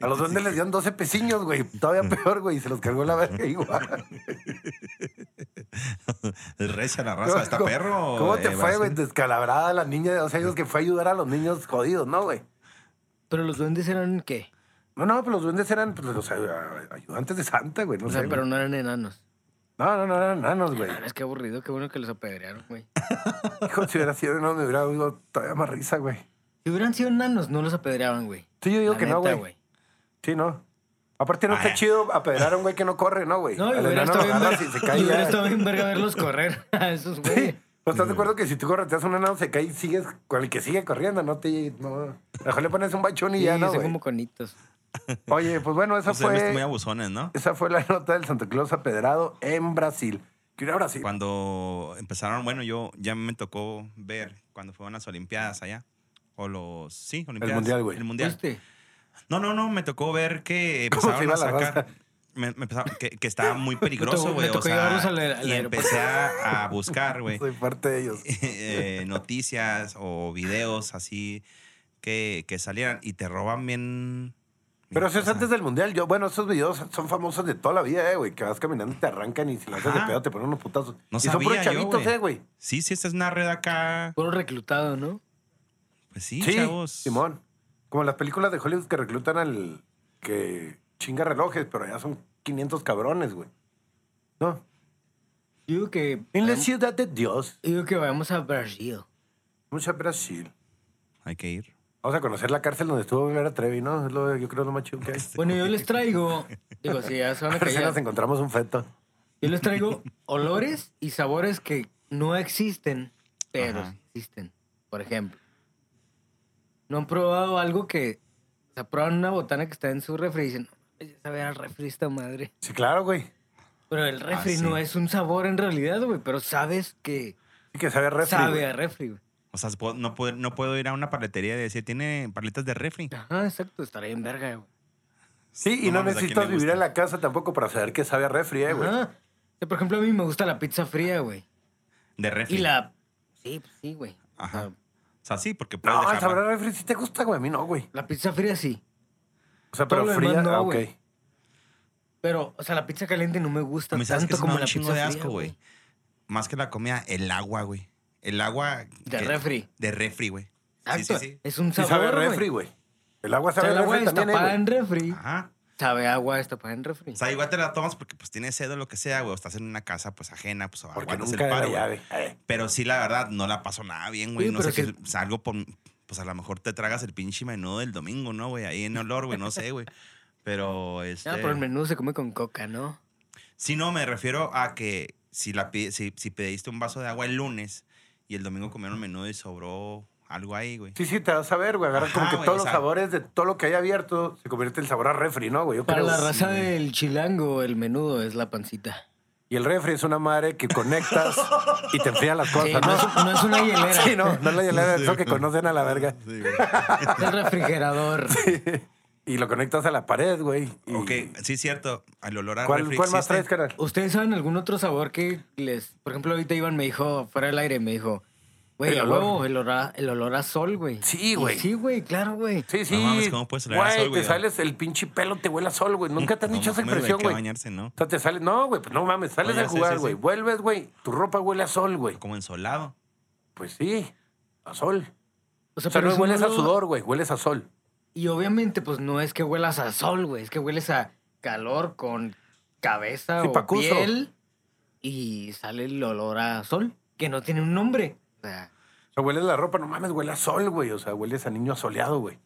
Speaker 1: A los duendes les dieron 12 pesiños, güey. Todavía peor, güey. y Se los cargó la verga igual.
Speaker 2: Es recia la raza. ¿Está
Speaker 1: ¿Cómo-
Speaker 2: perro?
Speaker 1: ¿Cómo te
Speaker 2: eh,
Speaker 1: fue, güey?
Speaker 2: Brasil?
Speaker 1: Descalabrada la niña de 12 años que fue a ayudar a los niños jodidos, ¿no, güey?
Speaker 3: Pero los duendes eran qué?
Speaker 1: No, no, pero los duendes eran pues, los ay- ayudantes de Santa, güey. No
Speaker 3: O sea,
Speaker 1: sé,
Speaker 3: pero
Speaker 1: güey.
Speaker 3: no eran enanos.
Speaker 1: No, no, no eran nanos, güey.
Speaker 3: La verdad es que aburrido, qué bueno que los apedrearon, güey.
Speaker 1: Hijo, si hubiera sido no me hubiera dado todavía más risa, güey.
Speaker 3: Si hubieran sido enanos, no los apedreaban, güey.
Speaker 1: Sí, yo digo
Speaker 3: La
Speaker 1: que no,
Speaker 3: neta,
Speaker 1: güey. Sí, no. Aparte, no está
Speaker 2: Ah.
Speaker 1: chido apedrar a un güey que no corre, ¿no, güey?
Speaker 3: No, y
Speaker 1: El
Speaker 3: hubiera
Speaker 1: enano
Speaker 3: estado
Speaker 1: lo
Speaker 3: bien
Speaker 1: agarras
Speaker 3: verga.
Speaker 1: y se
Speaker 3: y
Speaker 1: cae
Speaker 3: hubiera
Speaker 1: ya.
Speaker 3: estado bien verga verlos correr a esos güeyes.
Speaker 1: Sí. ¿No estás de acuerdo que si tú correteas a un enano, se cae y sigues con el que sigue corriendo, no te... No. Mejor le pones un bachón y
Speaker 3: Sí,
Speaker 1: ya, ¿no,
Speaker 3: son
Speaker 1: güey?
Speaker 3: como conitos.
Speaker 1: Oye, pues bueno, esa
Speaker 2: O sea,
Speaker 1: fue...
Speaker 2: muy abusones, ¿no?
Speaker 1: Esa fue la nota del Santa Claus apedrado en Brasil. Que era Brasil.
Speaker 2: Cuando empezaron, bueno, yo ya me tocó ver cuando fueron las Olimpiadas allá. O los. Sí, Olimpiadas.
Speaker 1: Mundial, güey.
Speaker 2: El Mundial.
Speaker 3: ¿Viste?
Speaker 2: No, no, no, me tocó ver que
Speaker 1: ¿Cómo se
Speaker 2: empezaron
Speaker 1: iba
Speaker 2: a
Speaker 1: la raza?
Speaker 2: sacar. Me, me empezaron- que, que estaba muy peligroso,
Speaker 3: tocó-
Speaker 2: güey.
Speaker 3: me
Speaker 2: O
Speaker 3: tocó
Speaker 2: sea,
Speaker 3: llevarlos al aer- al
Speaker 2: y empecé a, a buscar, güey,
Speaker 1: Soy parte de ellos.
Speaker 2: eh, noticias o videos así que, que salieran y te roban bien.
Speaker 1: Pero eso
Speaker 2: o
Speaker 1: es
Speaker 2: sea,
Speaker 1: antes del mundial. Yo, bueno, esos videos son famosos de toda la vida, eh, güey. Que vas caminando y te arrancan y si la haces de
Speaker 2: Ajá.
Speaker 1: pedo te ponen unos putazos.
Speaker 2: No
Speaker 1: y son
Speaker 2: sabía
Speaker 1: puros
Speaker 2: yo,
Speaker 1: chavitos,
Speaker 2: güey.
Speaker 1: eh, güey.
Speaker 2: Sí, sí, esta es una red acá.
Speaker 3: Puro reclutado, ¿no?
Speaker 2: Pues sí,
Speaker 1: Sí,
Speaker 2: chavos.
Speaker 1: Simón. Como las películas de Hollywood que reclutan al que chinga relojes, pero ya son 500 cabrones, güey. No.
Speaker 3: Yo digo que.
Speaker 1: En la ciudad de Dios,
Speaker 3: Yo digo que vayamos a Brasil.
Speaker 1: mucha Brasil.
Speaker 2: Hay que ir.
Speaker 1: Vamos a conocer la cárcel donde estuvo Vera Trevi, ¿no? Es
Speaker 2: Este,
Speaker 1: lo- yo creo lo más chido que hay.
Speaker 3: Bueno, yo les traigo. Digo, si ya se van
Speaker 1: A
Speaker 3: a
Speaker 1: ver si nos
Speaker 3: callar.
Speaker 1: encontramos un feto.
Speaker 3: Yo Yo les traigo olores y sabores que no existen, pero
Speaker 2: Ajá.
Speaker 3: existen. Por ejemplo, no han probado algo que. O sea, prueban una botana que está en su refri y dicen, no, mames, ya sabe al refri esta madre.
Speaker 1: Sí, claro, güey.
Speaker 3: Pero el refri
Speaker 2: sí.
Speaker 3: no es un sabor en realidad, güey, pero sabes que
Speaker 1: Sí que sabe a refri.
Speaker 3: sabe
Speaker 1: güey.
Speaker 3: a refri, güey.
Speaker 2: O sea, puedo- no puedo, no puedo ir a una paletería y decir, ¿tiene paletas de refri?
Speaker 3: Ajá, exacto, estaría en verga, güey.
Speaker 1: Sí, y no,
Speaker 2: No mames, ¿a quién
Speaker 1: necesitas
Speaker 2: le
Speaker 1: vivir
Speaker 2: gusta?
Speaker 1: en la casa tampoco para saber que sabe a refri, eh, güey.
Speaker 3: Ajá. O sea, Por ejemplo, a mí me gusta la pizza fría, güey.
Speaker 2: De refri.
Speaker 3: Y la. Sí, pues sí, güey.
Speaker 2: Ah, Ajá.
Speaker 3: O sea,
Speaker 2: O sea, sí, porque puedes
Speaker 1: No, el
Speaker 2: dejarla.
Speaker 1: saber a refri sí te gusta, güey. A mí no, güey.
Speaker 3: La pizza fría sí.
Speaker 1: O sea,
Speaker 3: Todo
Speaker 1: pero
Speaker 3: lo
Speaker 1: fría,
Speaker 3: demás no,
Speaker 1: ah, ok.
Speaker 3: güey. Pero, o sea, la pizza caliente no me gusta
Speaker 2: A mí, ¿sabes qué?
Speaker 3: tanto
Speaker 2: Sí me
Speaker 3: como
Speaker 2: da
Speaker 3: la
Speaker 2: un chingo
Speaker 3: pizza
Speaker 2: de
Speaker 3: fría,
Speaker 2: asco, güey. Más que la comida, el agua, güey. El agua...
Speaker 3: De
Speaker 2: que-
Speaker 3: refri.
Speaker 2: De refri, güey. Sí,
Speaker 3: Exacto.
Speaker 2: sí, sí.
Speaker 3: Es un
Speaker 1: Sí
Speaker 3: sabor,
Speaker 1: sabe a
Speaker 3: güey.
Speaker 1: refri, güey. El agua
Speaker 3: O sea,
Speaker 1: sabe
Speaker 3: el
Speaker 1: a
Speaker 3: agua
Speaker 1: refri también, eh, güey.
Speaker 3: destapada en refri.
Speaker 2: Ajá.
Speaker 3: Sabe a agua destapada en refri.
Speaker 2: O sea, igual te la tomas porque pues tienes sed o lo que sea, güey. O estás en una casa, pues, ajena, pues,
Speaker 1: Porque
Speaker 2: aguantas el
Speaker 1: nunca era la
Speaker 2: paro, güey.
Speaker 1: llave. Eh.
Speaker 2: Pero sí, la verdad, no la paso nada bien, güey.
Speaker 3: Oye,
Speaker 2: No sé
Speaker 3: pero
Speaker 2: qué...
Speaker 3: si-
Speaker 2: Salgo por... Pues a lo mejor te tragas el pinche menudo del domingo, ¿no, güey? Ahí en olor, güey. No sé, güey. Pero, este...
Speaker 3: No, pero el menú se come con coca, ¿no?
Speaker 2: Si no, me refiero a que si, la, pi- si, si pediste un vaso de agua el lunes y el domingo comieron menudo y sobró algo ahí, güey.
Speaker 1: Sí, sí, te vas a ver, güey. Agarras
Speaker 2: Ajá,
Speaker 1: como que
Speaker 2: güey,
Speaker 1: todos
Speaker 2: o
Speaker 1: los
Speaker 2: sea-
Speaker 1: sabores de todo lo que hay abierto se convierte en sabor a refri, ¿no, güey? Yo
Speaker 3: Para
Speaker 1: creo.
Speaker 3: la
Speaker 2: sí,
Speaker 3: raza
Speaker 2: güey.
Speaker 3: del chilango, el menudo es la pancita.
Speaker 1: Y el refri es una madre que conectas y te enfría las
Speaker 3: Sí,
Speaker 1: cosas,
Speaker 3: no,
Speaker 1: ¿no?
Speaker 3: es, no es una hielera,
Speaker 1: Sí, no, no es la hielera, eso que conocen a la verga.
Speaker 2: Sí, güey.
Speaker 3: es el refrigerador.
Speaker 1: Y lo conectas a la pared, güey. y-
Speaker 2: ok, sí, cierto. Al olor a
Speaker 1: ¿Cuál,
Speaker 2: refri
Speaker 1: cuál más
Speaker 2: existe.
Speaker 1: traes, canal?
Speaker 3: ¿Ustedes saben algún otro sabor que les... Por ejemplo, ahorita Iván me dijo, fuera del aire, me dijo, güey,
Speaker 1: El
Speaker 3: a
Speaker 1: olor.
Speaker 3: huevo, el olor a, el olor a sol, güey.
Speaker 1: Sí,
Speaker 3: Y
Speaker 1: güey.
Speaker 3: Sí, güey, claro, güey.
Speaker 1: Sí, sí.
Speaker 2: mames, ¿cómo puedes oler a sol, güey?
Speaker 1: Te sales el pinche pelo, te huele a sol, güey. Nunca te han
Speaker 2: No
Speaker 1: dicho esa
Speaker 2: mames,
Speaker 1: impresión,
Speaker 2: hay que
Speaker 1: güey. O
Speaker 2: bañarse, ¿no?
Speaker 1: sea, te sales, no, güey, pues no mames, sales
Speaker 2: No, ya
Speaker 1: a
Speaker 2: sé,
Speaker 1: jugar,
Speaker 2: sí,
Speaker 1: güey.
Speaker 2: sí.
Speaker 1: Vuelves, güey, tu ropa huele a sol, güey.
Speaker 2: Como ensolado.
Speaker 1: Pues sí, a sol. O sea,
Speaker 3: pero
Speaker 1: no
Speaker 3: es un
Speaker 1: hueles a
Speaker 3: olor-
Speaker 1: sudor, güey, hueles a sol.
Speaker 3: Y obviamente, pues no es que huelas a sol, güey. Es que hueles a calor con cabeza
Speaker 1: Sí,
Speaker 3: o
Speaker 1: pacuso.
Speaker 3: piel. Y sale el olor a sol, que no tiene un nombre. O sea,
Speaker 1: O sea, hueles la ropa, no mames, huele a sol, güey. O sea, hueles a niño asoleado, güey.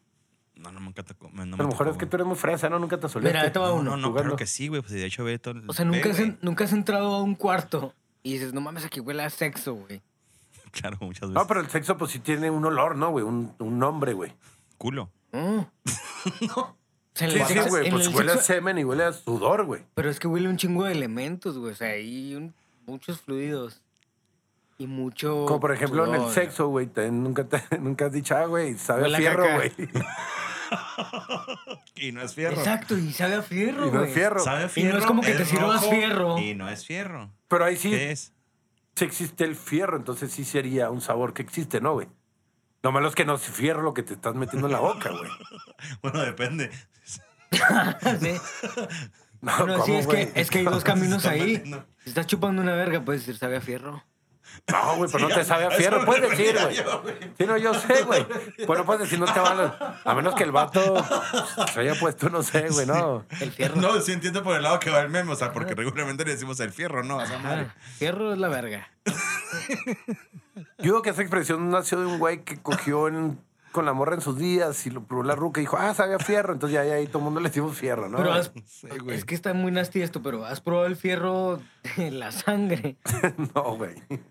Speaker 2: No, no, nunca tocó. No me
Speaker 1: a lo mejor
Speaker 2: tocó,
Speaker 1: es que tú
Speaker 2: güey.
Speaker 1: eres muy fresa, ¿no? Nunca te asoleaste.
Speaker 3: mira, ahí te va
Speaker 2: No,
Speaker 3: uno.
Speaker 2: no, no,
Speaker 1: jugando.
Speaker 2: claro que sí, güey. Pues de hecho, ve todo el-
Speaker 3: O sea,
Speaker 2: ve,
Speaker 3: nunca, has,
Speaker 2: güey.
Speaker 3: en- nunca has entrado a un cuarto y dices, no mames, aquí huele a sexo, güey.
Speaker 2: Claro, muchas veces.
Speaker 1: No, pero el sexo, pues sí tiene un olor, ¿no, güey? Un, un nombre, güey.
Speaker 2: Culo.
Speaker 3: Mm. O sea, en
Speaker 1: Sí,
Speaker 3: el
Speaker 1: sí,
Speaker 3: sexo-
Speaker 1: güey.
Speaker 3: en
Speaker 1: Pues
Speaker 3: el
Speaker 1: huele a
Speaker 3: sexo-
Speaker 1: semen y huele a sudor, güey.
Speaker 3: Pero es que huele un chingo de elementos, güey. O sea, hay un- muchos fluidos. Y mucho.
Speaker 1: Como por ejemplo en el
Speaker 3: sudor.
Speaker 1: sexo, güey. te- Nunca, te- nunca has dicho, ah, güey, sabe
Speaker 3: Huele
Speaker 1: a
Speaker 3: a
Speaker 1: fierro,
Speaker 3: caca.
Speaker 1: güey.
Speaker 2: Y no es fierro.
Speaker 3: Exacto, y sabe a fierro,
Speaker 1: Y
Speaker 3: güey.
Speaker 1: no es fierro.
Speaker 2: Sabe a fierro.
Speaker 3: es como que te sirvas
Speaker 2: rojo
Speaker 3: fierro.
Speaker 2: Y no es fierro.
Speaker 1: Pero ahí sí,
Speaker 2: ¿Qué es?
Speaker 1: sí existe el fierro, entonces sí sería un sabor que existe, ¿no, güey? Lo malo es que no es fierro lo que te estás metiendo en la boca, güey.
Speaker 2: Bueno, depende.
Speaker 3: Sí.
Speaker 1: No,
Speaker 3: Bueno, sí,
Speaker 1: ¿cómo,
Speaker 3: es
Speaker 1: güey?
Speaker 3: que, es que hay dos caminos
Speaker 2: Está
Speaker 3: ahí.
Speaker 2: metiendo.
Speaker 3: Si estás chupando una verga, puedes decir, sabe a fierro.
Speaker 1: No, güey, pero no te sabe a
Speaker 2: eso
Speaker 1: fierro.
Speaker 2: me
Speaker 1: Puedes decir,
Speaker 2: refería
Speaker 1: güey.
Speaker 2: yo, güey.
Speaker 1: Sí, no, yo sé, güey. Pues no puedes decir, no te van a... A menos que el vato se haya puesto, no sé, güey, no.
Speaker 3: El fierro.
Speaker 2: No, sí entiendo por el lado que va el meme, o sea, porque regularmente le decimos el fierro, ¿no? O sea, madre.
Speaker 3: Ah, fierro es la verga.
Speaker 1: Yo digo que esa expresión nació de un güey que cogió en- con la morra en sus días y lo probó la ruca y dijo, ah, sabe a fierro. Entonces ya, ya ahí todo el mundo le decimos fierro, ¿no?
Speaker 3: pero has-
Speaker 2: sí, güey.
Speaker 3: es que está muy nasty esto, pero has probado el fierro de la sangre.
Speaker 1: No, güey.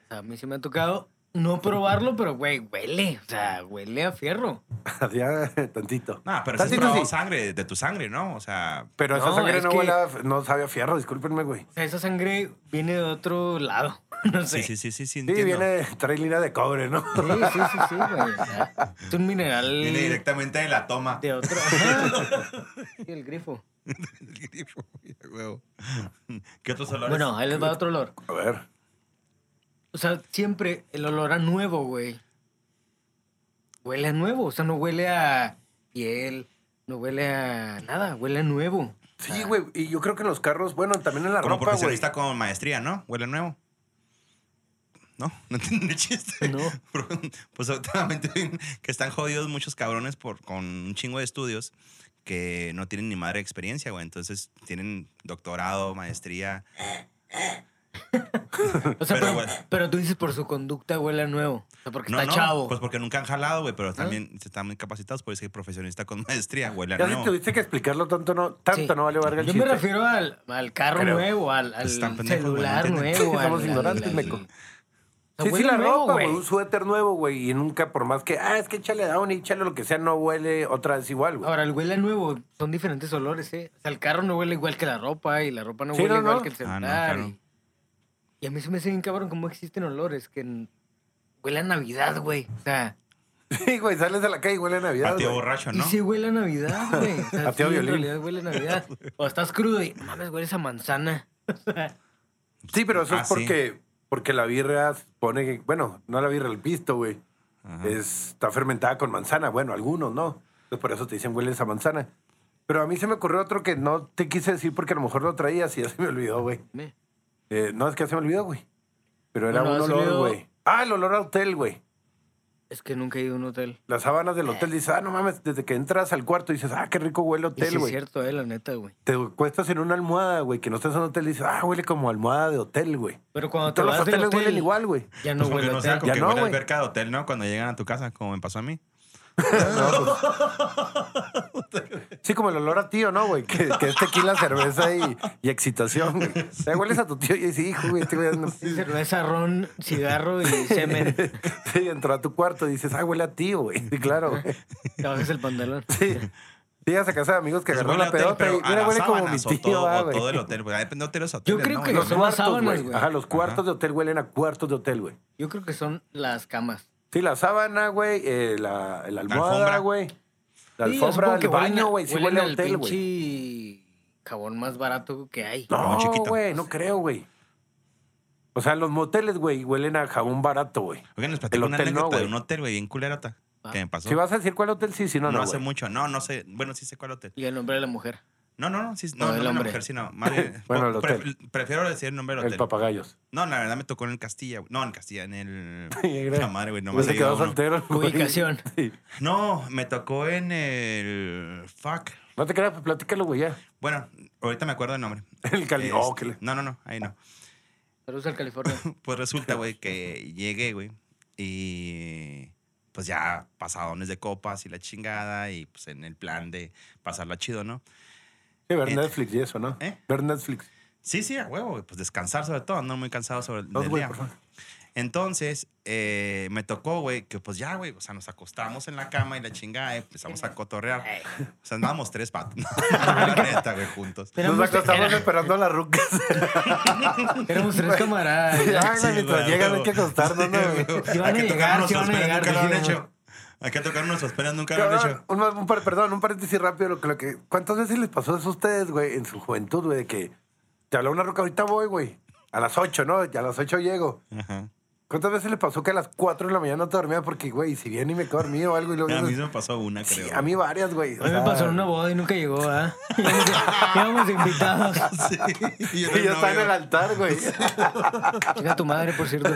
Speaker 3: O sea, a mí se me ha tocado no probarlo, pero güey, huele. O sea, huele a fierro.
Speaker 1: Hacía ah, tantito.
Speaker 2: No, pero eso es
Speaker 1: tantito
Speaker 2: probado
Speaker 1: sí.
Speaker 2: sangre, de tu sangre, ¿no? O sea,
Speaker 1: Pero esa
Speaker 3: No,
Speaker 1: sangre
Speaker 3: es
Speaker 1: no,
Speaker 3: que-
Speaker 1: huele a- no sabe a fierro, discúlpenme, güey.
Speaker 3: O sea, esa sangre viene de otro lado. No sé.
Speaker 2: sí, sí, sí, sí, sí,
Speaker 1: Sí,
Speaker 2: entiendo. Viene,
Speaker 1: viene, trae línea de cobre, ¿no?
Speaker 3: Sí, sí, sí, sí, güey. O sea, Es un mineral
Speaker 2: directamente de la toma.
Speaker 3: de otro. Ajá. Sí, el grifo.
Speaker 2: Del grifo, güey, a huevo. ¿Qué otros olores?
Speaker 3: Bueno, ahí les va otro olor.
Speaker 1: A ver.
Speaker 3: O sea, siempre el olor a nuevo, güey. Huele a nuevo. O sea, no huele a piel, no huele a nada, huele a nuevo.
Speaker 1: Sí, güey. Y yo creo que en los carros, bueno, también en la
Speaker 2: Ah. como
Speaker 1: ropa, güey.
Speaker 2: profesionista con maestría, ¿no? Huele nuevo. No, no entienden el chiste.
Speaker 3: No.
Speaker 2: Pues últimamente que están jodidos muchos cabrones por, con un chingo de estudios que no tienen ni madre de experiencia, güey. Entonces tienen doctorado, maestría.
Speaker 3: O sea,
Speaker 2: Pero,
Speaker 3: pero,
Speaker 2: güey.
Speaker 3: pero tú dices por su conducta huele a nuevo. O sea, porque
Speaker 2: No,
Speaker 3: está
Speaker 2: no,
Speaker 3: chavo. ¿Eh?
Speaker 2: Pues porque nunca han jalado, güey, pero también están muy capacitados por ese profesionista con maestría, güey. la
Speaker 1: Ya
Speaker 2: no.
Speaker 1: si tuviste que explicarlo tanto, no, tanto
Speaker 3: Sí.
Speaker 1: no vale verga el
Speaker 3: Yo
Speaker 1: chiste.
Speaker 3: me refiero al, al carro
Speaker 1: Creo.
Speaker 3: nuevo, al, al
Speaker 2: Están pendejos, güey, no
Speaker 3: celular
Speaker 2: entienden.
Speaker 3: nuevo. al-
Speaker 1: Somos
Speaker 3: al-
Speaker 1: ignorantes,
Speaker 3: al-
Speaker 1: meco.
Speaker 3: al-
Speaker 1: Sí, sí,
Speaker 3: huele
Speaker 1: la
Speaker 3: nuevo,
Speaker 1: ropa, güey. Un suéter nuevo, güey. Y nunca, por más que, ah, es que échale down y échale lo que sea, no huele otra vez igual, güey.
Speaker 3: Ahora, el huele a nuevo son diferentes olores, ¿eh? O sea, el carro no huele igual que la ropa y la ropa no
Speaker 1: Sí,
Speaker 3: huele
Speaker 1: no,
Speaker 3: igual
Speaker 1: no.
Speaker 3: que el
Speaker 2: Ah, no,
Speaker 3: celular.
Speaker 2: claro.
Speaker 3: y, y a mí se me hace bien cabrón cómo existen olores que n- huele a Navidad, güey. O sea,
Speaker 1: Sí, güey, sales a la calle y huele a Navidad.
Speaker 2: Patio
Speaker 1: güey.
Speaker 2: borracho,
Speaker 3: y
Speaker 2: ¿Ah, ¿no?
Speaker 3: sí huele a Navidad, güey. O sea,
Speaker 1: A tío
Speaker 3: sí, en
Speaker 1: Violín.
Speaker 3: realidad huele a Navidad. O estás crudo y, no mames, huele a manzana.
Speaker 1: Sí, pero eso
Speaker 2: Ah,
Speaker 1: es
Speaker 2: sí.
Speaker 1: porque, porque la birra pone, que- bueno, no la birra, el pisto, güey.
Speaker 2: Ajá.
Speaker 1: Es- está fermentada con manzana. Bueno, algunos no. Entonces por eso te dicen huele a manzana. Pero a mí se me ocurrió otro que no te quise decir porque a lo mejor lo traías y ya se me olvidó, güey.
Speaker 3: Me-
Speaker 1: Eh, no, es que ya se me olvidó, güey. Pero era
Speaker 3: Bueno,
Speaker 1: un
Speaker 3: has
Speaker 1: olor,
Speaker 3: olido-
Speaker 1: güey. Ah, el olor a hotel, güey.
Speaker 3: Es que nunca he ido a un hotel.
Speaker 1: Las sábanas del hotel dices, ah, no mames, desde que entras al cuarto dices, ah, qué rico huele
Speaker 3: Eh. Y sí
Speaker 1: hotel,
Speaker 3: es
Speaker 1: güey.
Speaker 3: cierto, eh, la neta, güey.
Speaker 1: te cuestas en una almohada, güey, que no estás en un hotel dices, ah, huele como almohada de hotel, güey.
Speaker 3: Pero cuando
Speaker 1: Y
Speaker 3: te
Speaker 1: Todos los
Speaker 3: vas del
Speaker 1: hoteles
Speaker 3: hotel,
Speaker 1: huelen igual, güey.
Speaker 3: ya no
Speaker 2: Pues porque
Speaker 3: huele a
Speaker 2: no sea
Speaker 3: hotel.
Speaker 2: como
Speaker 1: Ya
Speaker 2: que
Speaker 1: no,
Speaker 2: huele a
Speaker 1: güey.
Speaker 2: alberca de hotel, ¿no? Cuando llegan a tu casa, como me pasó a mí.
Speaker 3: Ah, pues.
Speaker 1: Sí, como el olor a tío, ¿no, güey? Que, que es tequila, cerveza y, y excitación, güey. O sea, hueles a tu tío y dices, hijo, güey, este güey no-
Speaker 3: Sí, Cerveza, ron, cigarro y semen.
Speaker 1: Sí, entró a tu cuarto y dices, ah, huele a tío, güey. Sí, claro, güey.
Speaker 3: Te bajas el pantalón.
Speaker 1: Sí. Llegas a casa de amigos que
Speaker 2: Pues
Speaker 1: agarró
Speaker 2: huele a
Speaker 1: la
Speaker 2: hotel,
Speaker 1: pelota
Speaker 2: pero
Speaker 1: y,
Speaker 2: a
Speaker 1: mira,
Speaker 2: las
Speaker 1: huele como mi
Speaker 2: sábanas o
Speaker 1: tío,
Speaker 2: todo,
Speaker 1: ah,
Speaker 2: o
Speaker 1: güey.
Speaker 2: todo el hotel, güey. Ah, Depende de hoteles o hoteles,
Speaker 3: creo
Speaker 2: ¿no,
Speaker 3: que
Speaker 2: güey?
Speaker 1: Los
Speaker 3: Son las
Speaker 1: cuartos,
Speaker 3: sábanas,
Speaker 1: güey.
Speaker 3: güey.
Speaker 1: Ajá, los
Speaker 2: Ajá.
Speaker 1: cuartos de hotel huelen a cuartos de hotel, güey.
Speaker 3: Yo creo que son las camas.
Speaker 1: Sí, la sábana, güey, eh, la, la almohada,
Speaker 2: alfombra.
Speaker 1: güey. La
Speaker 3: Sí, yo
Speaker 1: alfombra,
Speaker 3: supongo que
Speaker 1: el
Speaker 3: huelen
Speaker 1: baño,
Speaker 3: a-
Speaker 1: güey, sí
Speaker 3: huelen
Speaker 1: huele a
Speaker 3: al
Speaker 1: hotel, güey.
Speaker 3: pinche jabón más barato que hay.
Speaker 1: No,
Speaker 2: jabón chiquito.
Speaker 1: güey, no creo, güey. O sea, los moteles, güey, huelen a jabón barato, güey.
Speaker 2: Oigan, les platico
Speaker 1: El
Speaker 2: una
Speaker 1: hotel no,
Speaker 2: anécdota de
Speaker 1: güey.
Speaker 2: un hotel, güey, bien culerota.
Speaker 3: Ah.
Speaker 2: Que me pasó.
Speaker 1: Si vas a decir cuál hotel, sí, si no,
Speaker 2: no,
Speaker 1: no,
Speaker 2: hace
Speaker 1: güey.
Speaker 2: mucho. No, no sé. Bueno, sí sé cuál hotel.
Speaker 3: Y el nombre de la mujer.
Speaker 2: No, no, no. Sí,
Speaker 3: No,
Speaker 2: no,
Speaker 3: el
Speaker 2: no, la
Speaker 3: hombre.
Speaker 2: mujer, sino más bien-
Speaker 1: Bueno, el
Speaker 2: pre-
Speaker 1: hotel.
Speaker 2: Prefiero decir el nombre del
Speaker 1: El
Speaker 2: hotel.
Speaker 1: papagayos.
Speaker 2: No, la verdad me tocó en el Castilla. güey. No, en Castilla, en el.
Speaker 1: Era-
Speaker 2: La madre, güey. No
Speaker 1: Pues se quedó soltero. el güey.
Speaker 3: Ubicación.
Speaker 1: Sí.
Speaker 2: No, me tocó en el. Fuck.
Speaker 1: No te creas, pues, platícalo, güey, ya.
Speaker 2: Bueno, ahorita me acuerdo el nombre.
Speaker 1: El cali...
Speaker 2: Este,
Speaker 1: Oh, que le-
Speaker 2: No, no, no, ahí no.
Speaker 3: Saludos al California.
Speaker 2: Pues resulta, güey, que llegué, güey, y pues ya pasadones de copas y la chingada, y pues en el plan de pasarla chido, ¿no?
Speaker 1: Sí, ver
Speaker 2: Eh.
Speaker 1: Netflix y eso, ¿no?
Speaker 2: ¿Eh?
Speaker 1: Ver Netflix.
Speaker 2: Sí, sí, a huevo, güey, pues descansar sobre todo, no muy cansado sobre el
Speaker 1: Dos,
Speaker 2: del
Speaker 1: güey,
Speaker 2: día.
Speaker 1: por favor.
Speaker 2: Entonces, eh, me tocó, güey, que pues ya, güey, o sea, nos acostamos en la cama y la chingada, y empezamos a cotorrear.
Speaker 3: Ey.
Speaker 2: O sea, andábamos tres patos, la neta, güey, juntos.
Speaker 1: Nos
Speaker 3: Éramos,
Speaker 1: acostamos
Speaker 3: era-
Speaker 1: esperando a las rucas.
Speaker 3: éramos tres camaradas.
Speaker 1: Ay,
Speaker 3: ya.
Speaker 1: güey,
Speaker 2: Sí,
Speaker 1: mientras
Speaker 2: güey,
Speaker 1: llegan
Speaker 2: güey.
Speaker 1: hay que acostarnos, ¿no, güey?
Speaker 3: Si van a
Speaker 2: Hay que
Speaker 3: llegar,
Speaker 2: tocar
Speaker 3: si van a
Speaker 2: nuestros penas,
Speaker 3: llegar,
Speaker 2: nunca lo han
Speaker 3: dijimos.
Speaker 2: hecho. Hay que tocar nuestros penas, nunca lo han
Speaker 1: Cabrón,
Speaker 2: hecho.
Speaker 1: un, un par- perdón, un paréntesis rápido. Lo que, lo que, ¿Cuántas veces les pasó eso a ustedes, güey, en su juventud, güey? De que te habló una roca, ahorita voy, güey. A las 8, ¿no? Ya a las 8 llego.
Speaker 2: Ajá.
Speaker 1: ¿Cuántas veces les pasó que a las 4 de la mañana no te dormía? Porque, güey, si bien y me quedo dormido o algo y luego...
Speaker 2: A mí se me pasó una,
Speaker 1: Sí,
Speaker 2: creo.
Speaker 1: a mí varias, güey. O
Speaker 3: A mí me
Speaker 1: sea,
Speaker 3: pasó en una boda y nunca llegó, ¿ah? Íbamos invitados.
Speaker 2: Sí. Y
Speaker 1: Y yo estaba en el altar, güey.
Speaker 3: Chinga tu madre, por cierto.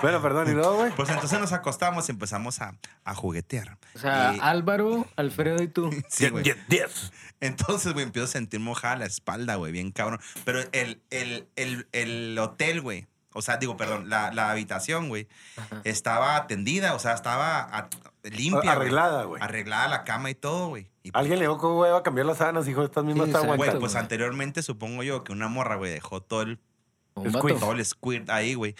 Speaker 1: bueno, perdón, ¿y luego, güey?
Speaker 2: Pues entonces nos acostamos y empezamos a, a juguetear.
Speaker 3: O sea,
Speaker 2: Y-
Speaker 1: ah,
Speaker 3: Álvaro, Alfredo y tú.
Speaker 2: sí, güey.
Speaker 1: Diez, diez.
Speaker 2: Entonces, güey, empiezo a sentir mojada la espalda, güey, bien cabrón. Pero el, el, el, el hotel, güey, o sea, digo, perdón, la, la habitación, güey, estaba atendida, o sea, estaba a- limpia.
Speaker 1: A- arreglada, güey.
Speaker 2: Arreglada la cama y todo, güey. Y,
Speaker 1: Alguien le dijo, que, güey, va a cambiar las sábanas, hijo. Estas mismas
Speaker 3: Sí,
Speaker 1: están
Speaker 3: exacto.
Speaker 2: Güey,
Speaker 1: aguantando.
Speaker 2: pues
Speaker 3: güey.
Speaker 2: anteriormente supongo yo que una morra, güey, dejó todo el
Speaker 3: Un
Speaker 1: Squid.
Speaker 2: todo
Speaker 3: vato.
Speaker 2: el squirt ahí, güey.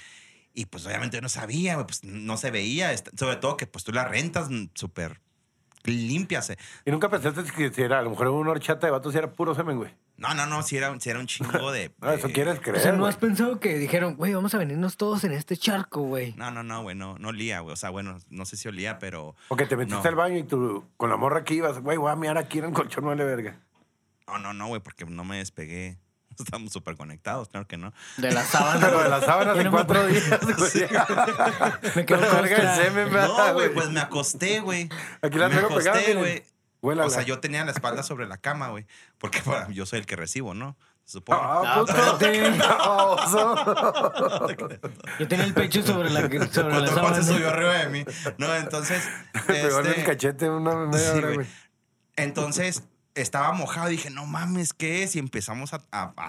Speaker 2: Y pues obviamente yo no sabía, güey, pues no se veía. est- Sobre todo que pues tú la rentas mm, súper limpias. eh.
Speaker 1: Y nunca pensaste que si era, a lo mejor una horchata de vatos si era puro semen, güey.
Speaker 2: No, no, no, si era, si era un chingo de... eh,
Speaker 1: No, Ah, eso
Speaker 2: de-
Speaker 1: quieres creer,
Speaker 3: O sea, ¿no
Speaker 1: güey.
Speaker 3: has pensado que dijeron, güey, vamos a venirnos todos en este charco, güey?
Speaker 2: No, no, no, güey, no, no olía, güey. O sea, bueno, no sé si olía, pero...
Speaker 1: O que te metiste
Speaker 2: No.
Speaker 1: al baño y tú, con la morra que ibas, güey, voy a mirar aquí en el colchón, vale verga.
Speaker 2: No, no, no, güey, porque no me despegué. Estamos súper conectados, claro que no.
Speaker 3: De la sábana.
Speaker 1: Pero de las sábanas
Speaker 3: Yo
Speaker 1: en
Speaker 3: no me
Speaker 1: cuatro
Speaker 3: acuerdo.
Speaker 1: días, güey.
Speaker 3: Me quedó
Speaker 1: Vale verga el
Speaker 3: costra.
Speaker 1: semen, ¿verdad,
Speaker 2: No, güey, pues me acosté, güey.
Speaker 1: Aquí la
Speaker 2: me
Speaker 1: tengo pegada,
Speaker 2: acosté,
Speaker 1: miren.
Speaker 2: güey.
Speaker 1: Huélala.
Speaker 2: O sea, yo tenía la espalda sobre la cama, güey. Porque bueno, yo soy el que recibo, ¿no? Supongo.
Speaker 1: Ah,
Speaker 3: Ah,
Speaker 1: puto.
Speaker 3: espérate.
Speaker 1: Ah, oso.
Speaker 3: Yo tenía el pecho sobre la, sobre la
Speaker 2: Otro cuate subió
Speaker 3: sábana.
Speaker 2: arriba de mí. No, entonces.
Speaker 1: Me pegó en
Speaker 2: este,
Speaker 1: el cachete una media
Speaker 2: Sí,
Speaker 1: hora,
Speaker 2: güey.
Speaker 1: güey.
Speaker 2: entonces, estaba mojado. Dije, no mames, ¿qué es? Y empezamos a, a- a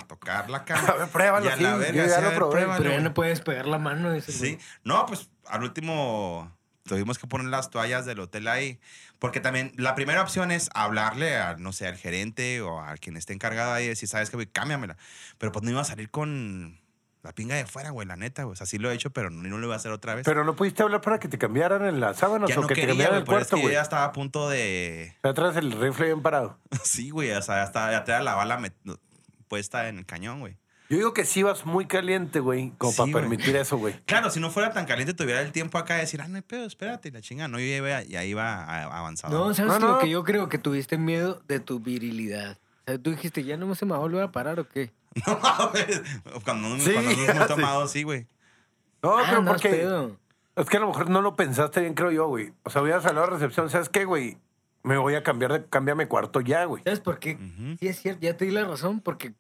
Speaker 2: tocar la cama.
Speaker 1: A ver, pruébalo,
Speaker 2: Y a
Speaker 1: sí,
Speaker 2: la
Speaker 1: yo
Speaker 2: verga,
Speaker 1: ya
Speaker 2: sí, a
Speaker 1: lo
Speaker 2: ver,
Speaker 1: probé,
Speaker 2: pruébalo.
Speaker 3: Pero ya no puedes pegar la mano. dice,
Speaker 2: Sí. No, pues al último tuvimos que poner las toallas del hotel ahí. Porque también la primera opción es hablarle a, no sé, al gerente o a quien esté encargado ahí. Si sabes que, güey, cámbiamela. Pero pues no iba a salir con la pinga de fuera, güey, la neta, güey. O sea, sí lo he hecho, pero no, no lo voy a hacer otra vez.
Speaker 1: Pero no pudiste hablar para que te cambiaran en las sábanas
Speaker 2: ya
Speaker 1: o
Speaker 2: no
Speaker 1: que te
Speaker 2: quería,
Speaker 1: cambiaran
Speaker 2: güey,
Speaker 1: el
Speaker 2: pero es
Speaker 1: cuarto,
Speaker 2: que yo
Speaker 1: güey.
Speaker 2: ya estaba a punto de...
Speaker 1: Atrás el rifle bien parado.
Speaker 2: Sí, güey, o sea, hasta ya te la bala met- puesta en el cañón, güey.
Speaker 1: Yo digo que sí vas muy caliente, güey, como
Speaker 2: Sí,
Speaker 1: para
Speaker 2: güey.
Speaker 1: permitir eso, güey.
Speaker 2: Claro, si no fuera tan caliente, tuviera el tiempo acá de decir, ah, no hay pedo, espérate, y la chinga. No, yo ya iba, ya iba a- avanzado.
Speaker 3: No,
Speaker 1: No,
Speaker 3: ¿sabes lo
Speaker 1: no.
Speaker 3: que yo creo? Que tuviste miedo de tu virilidad. O sea, tú dijiste, ¿ya no se me va a volver a parar o qué?
Speaker 2: No mames. Cuando no
Speaker 1: Sí,
Speaker 2: cuando no
Speaker 1: ya
Speaker 2: hemos
Speaker 1: sé.
Speaker 2: tomado, sí, güey.
Speaker 1: No,
Speaker 3: Ah,
Speaker 1: pero
Speaker 3: no, es
Speaker 1: porque.
Speaker 3: pedo.
Speaker 1: Es que a lo mejor no lo pensaste bien, creo yo, güey. O sea, hubieras hablado a recepción, ¿sabes qué, güey? Me voy a cambiar de. Cámbiame cuarto ya, güey.
Speaker 3: ¿Sabes por qué?
Speaker 2: Ujú.
Speaker 3: Sí, es cierto, ya te di la razón, porque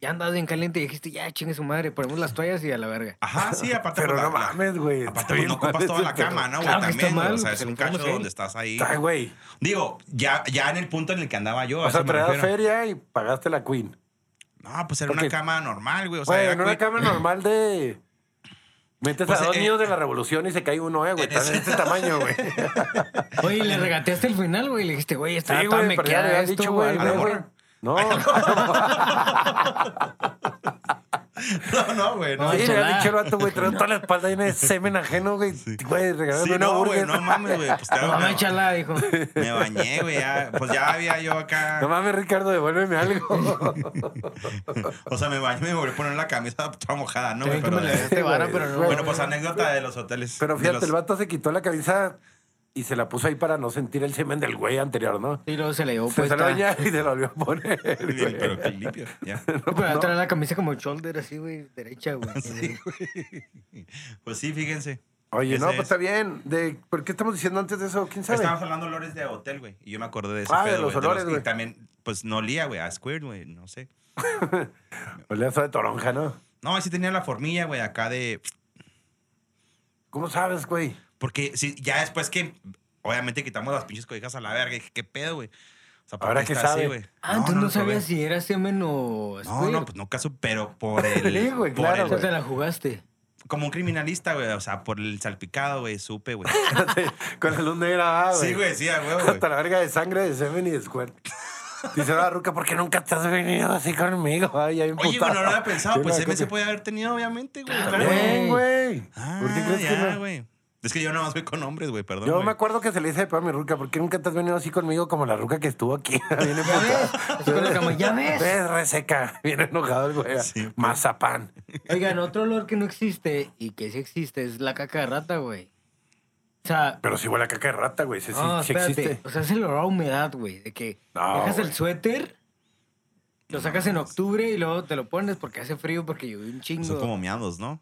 Speaker 3: ya andabas bien caliente y dijiste, ya, chingue su madre, ponemos las toallas y a la verga.
Speaker 2: Ajá, sí, aparte.
Speaker 1: Pero
Speaker 2: pues,
Speaker 1: no
Speaker 2: la- la-
Speaker 1: mames, güey.
Speaker 2: Aparte,
Speaker 1: Está
Speaker 2: pues,
Speaker 1: bien
Speaker 2: no
Speaker 1: mal
Speaker 2: ocupas toda
Speaker 1: ese
Speaker 2: la
Speaker 1: pedo.
Speaker 2: cama, ¿no? Güey,
Speaker 3: Claro que está
Speaker 2: también, güey,
Speaker 3: mal,
Speaker 2: o sea,
Speaker 3: pues,
Speaker 2: es un
Speaker 3: enfermo,
Speaker 2: cacho
Speaker 3: sí.
Speaker 2: donde estás ahí.
Speaker 1: Ay, güey.
Speaker 2: Digo, ya, ya en el punto en el que andaba yo. a
Speaker 1: O
Speaker 2: eso
Speaker 1: sea,
Speaker 2: me
Speaker 1: traías
Speaker 2: refiero.
Speaker 1: feria y pagaste la queen.
Speaker 2: No, pues era
Speaker 1: Porque-
Speaker 2: una cama normal, güey. O sea,
Speaker 1: Güey,
Speaker 2: era
Speaker 1: en una
Speaker 2: cu-
Speaker 1: cama normal de. Metes
Speaker 2: Pues,
Speaker 1: a dos
Speaker 2: eh,
Speaker 1: niños de la revolución y se cae uno, eh, güey.
Speaker 2: en
Speaker 1: Están de este tamaño, güey.
Speaker 3: Oye, y le regateaste el final, güey, le dijiste, güey, está
Speaker 1: Sí,
Speaker 3: toda
Speaker 1: güey,
Speaker 3: me
Speaker 1: pero ya le
Speaker 3: queda
Speaker 1: habían
Speaker 3: esto,
Speaker 1: dicho,
Speaker 3: güey.
Speaker 1: güey.
Speaker 2: a
Speaker 1: ve,
Speaker 2: la
Speaker 1: güey.
Speaker 2: morra.
Speaker 1: No,
Speaker 2: No, no, güey. No,
Speaker 1: sí, le
Speaker 3: chulada.
Speaker 1: habían dicho el vato, güey, trae toda la espalda llena de semen ajeno, güey. Güey, regalando
Speaker 2: Sí,
Speaker 1: una
Speaker 2: no, güey,
Speaker 1: burger.
Speaker 2: no mames, güey. Pues
Speaker 3: La
Speaker 2: claro,
Speaker 3: mamá
Speaker 2: me-
Speaker 3: échala, dijo.
Speaker 2: Me bañé, güey. ya. Pues ya había yo acá.
Speaker 1: No mames, Ricardo, devuélveme algo.
Speaker 2: O sea, me bañé, me volví a poner la camisa toda mojada, ¿no?
Speaker 3: También
Speaker 2: güey?
Speaker 3: que
Speaker 2: Pero,
Speaker 3: me le dejaste vara, pero no.
Speaker 2: bueno, pues anécdota de los hoteles.
Speaker 1: Pero
Speaker 2: de
Speaker 1: fíjate,
Speaker 2: los-
Speaker 1: el vato se quitó la camisa y se la puso ahí para no sentir el semen del güey anterior, ¿no?
Speaker 3: Y luego se le llevó pues,
Speaker 1: Se
Speaker 3: puesta.
Speaker 1: la baña y se la volvió a poner. güey.
Speaker 2: Pero qué limpio, ya.
Speaker 3: No, pero ya traía la camisa como shoulder, así, güey, derecha, güey.
Speaker 2: Pues sí, fíjense.
Speaker 1: Oye,
Speaker 2: Ese
Speaker 1: no, pues
Speaker 2: es.
Speaker 1: está bien. ¿De ¿Por qué estamos diciendo antes de eso? ¿Quién sabe?
Speaker 2: Estábamos hablando de olores de hotel, güey. Y yo me acordé de ese
Speaker 1: Ah, de
Speaker 2: pedo,
Speaker 1: los
Speaker 2: güey,
Speaker 1: olores, güey.
Speaker 2: Y también, pues no olía, güey, a Squirt, güey, no sé.
Speaker 1: Olía eso de toronja, ¿no?
Speaker 2: No, sí tenía la formilla, güey, acá de...
Speaker 1: ¿Cómo sabes, güey?
Speaker 2: Porque sí, ya después que... Obviamente quitamos las pinches cobijas a la verga. Dije, ¿qué pedo, güey? O sea, ¿por
Speaker 1: Ahora
Speaker 2: qué
Speaker 1: que
Speaker 2: está así,
Speaker 1: sabe.
Speaker 2: güey?
Speaker 3: Ah, entonces no,
Speaker 2: lo probé.
Speaker 3: sabías si era semen o...
Speaker 2: No, no, pues nunca supe, pero por el...
Speaker 1: Sí, güey,
Speaker 2: por
Speaker 1: claro,
Speaker 2: el-
Speaker 3: O sea, te la jugaste.
Speaker 2: como un criminalista, güey. O sea, por el salpicado, güey, supe, güey.
Speaker 1: Con la luz negra, ah, güey.
Speaker 2: sí, güey, sí, a huevo, güey.
Speaker 1: Hasta la verga de sangre de semen y de squirt. Dice la ruca, ¿por qué nunca te has venido así conmigo? Ay, ya bien
Speaker 2: Oye,
Speaker 1: putado.
Speaker 2: bueno, no lo había pensado,
Speaker 1: Sí,
Speaker 2: pues
Speaker 1: la
Speaker 2: M se
Speaker 1: coca.
Speaker 2: puede haber tenido, obviamente, güey. Claro,
Speaker 1: Bien,
Speaker 3: güey.
Speaker 1: güey.
Speaker 2: Ah,
Speaker 1: ¿Eh? ¿Por qué crees
Speaker 2: ya,
Speaker 1: que no?
Speaker 2: güey? Es que yo nada más voy con hombres, güey, perdón.
Speaker 1: Yo
Speaker 2: güey.
Speaker 1: me acuerdo que se le dice de pedo a mi ruca, ¿por qué nunca te has venido así conmigo como la ruca que estuvo aquí? Viene
Speaker 3: ¿Ya ves? Así con la cama, ¿Ya ves?
Speaker 1: Ves, reseca. Viene enojado el güey.
Speaker 2: Sí. pues.
Speaker 1: Mazapán.
Speaker 3: Oigan, otro olor que no existe y que sí existe es la caca de rata, güey. O sea,
Speaker 1: Pero si huele a caca de rata, güey. Si,
Speaker 3: no, Ah, espérate.
Speaker 1: existe.
Speaker 3: O sea, es el olor a humedad, güey. De que
Speaker 1: No,
Speaker 3: dejas el
Speaker 1: güey.
Speaker 3: suéter, lo sacas en octubre y luego te lo pones porque hace frío, porque llovió un chingo.
Speaker 2: Son como miados, ¿no?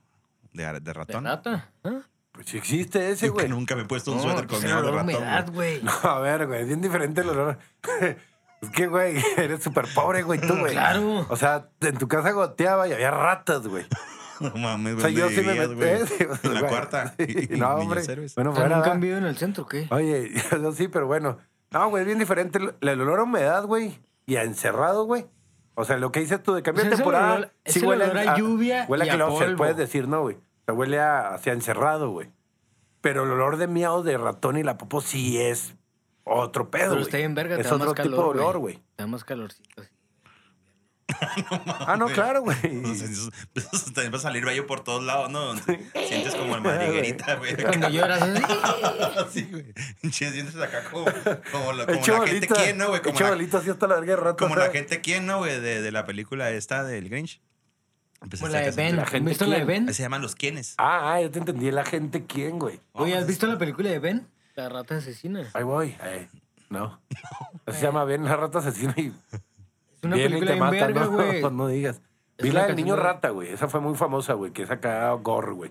Speaker 2: De, ar- de
Speaker 3: ¿De
Speaker 2: ratón.
Speaker 3: rata? ¿Ah?
Speaker 1: Pues si existe ese,
Speaker 2: Yo que
Speaker 1: güey.
Speaker 2: nunca me he puesto un
Speaker 3: No,
Speaker 2: suéter
Speaker 3: pues
Speaker 2: con
Speaker 3: el
Speaker 2: miados de
Speaker 3: olor a
Speaker 2: ratón.
Speaker 3: humedad,
Speaker 2: güey.
Speaker 3: güey.
Speaker 1: No, a ver, güey. Es bien diferente el olor. Es que, güey, eres súper pobre, güey, tú, güey.
Speaker 3: Mm, Claro.
Speaker 1: O sea, en tu casa goteaba y había ratas, güey.
Speaker 2: No mames,
Speaker 1: O
Speaker 2: güey.
Speaker 1: sea, yo
Speaker 2: ¿dónde
Speaker 1: sí me
Speaker 2: vivías,
Speaker 1: metí. sí,
Speaker 2: güey?
Speaker 1: güey.
Speaker 2: En la cuarta.
Speaker 1: Sí,
Speaker 2: Y- y
Speaker 1: no,
Speaker 2: niño
Speaker 1: hombre.
Speaker 2: service.
Speaker 1: Bueno,
Speaker 3: ¿Nunca
Speaker 1: fuera. va.
Speaker 3: han vivido en el centro o qué?
Speaker 1: Oye, yo sí, pero bueno. No, güey, es bien diferente. El, el olor a humedad, güey, y a encerrado, güey. O sea, lo que dices tú de cambiar
Speaker 3: O sea, Pues es el
Speaker 1: temporada.
Speaker 3: olor- es
Speaker 1: sí
Speaker 3: el
Speaker 1: huele
Speaker 3: olor a lluvia
Speaker 1: Huele
Speaker 3: y
Speaker 1: a
Speaker 3: a
Speaker 1: closet,
Speaker 3: polvo.
Speaker 1: puedes decir, no, güey. O sea, huele a, hacia encerrado, güey. Pero el olor de miau de ratón y la popó sí es otro pedo.
Speaker 3: Pero
Speaker 1: güey.
Speaker 3: está bien verga, te
Speaker 1: Es
Speaker 3: da más
Speaker 1: otro
Speaker 3: calor.
Speaker 1: tipo de olor, güey.
Speaker 3: Te da más calorcito. sí.
Speaker 1: Ah, no, claro, güey.
Speaker 2: Entonces, entonces, te va a salir bello por todos lados, ¿no? Sientes como el madriguerita, güey.
Speaker 3: Cuando lloras así.
Speaker 2: Sí, güey. Che, Sientes acá como, como, la- como
Speaker 1: Hecho
Speaker 2: la gente
Speaker 1: bolita.
Speaker 2: quién, ¿no, güey? Como
Speaker 1: Hecho
Speaker 2: la-
Speaker 1: bolita así hasta la verga de rato.
Speaker 2: Como
Speaker 1: o sea,
Speaker 2: la gente quién, ¿no, güey? De, de la película esta del Grinch. Empezaste
Speaker 3: Como Pues la
Speaker 2: a
Speaker 3: de
Speaker 2: hacer-
Speaker 3: Ben.
Speaker 1: la
Speaker 3: ¿Has
Speaker 1: gente
Speaker 3: visto la de
Speaker 1: quiere-
Speaker 3: Ben?
Speaker 2: Ahí Se llaman los quiénes.
Speaker 1: Ah, ah, yo te entendí. La gente quién, güey.
Speaker 3: Oye, ¿has visto la película de Ben? La rata asesina.
Speaker 1: Ahí voy. Eh, no. Se llama Ben la rata asesina y
Speaker 3: Es una
Speaker 1: viene y
Speaker 3: película
Speaker 1: te
Speaker 3: bien
Speaker 1: mata,
Speaker 3: verga,
Speaker 1: ¿no?
Speaker 3: güey.
Speaker 1: No digas.
Speaker 3: Es
Speaker 1: Vi
Speaker 3: una
Speaker 1: la del
Speaker 3: canción
Speaker 1: niño
Speaker 3: de-
Speaker 1: rata, güey. Esa fue muy famosa, güey, que es acá gore, güey.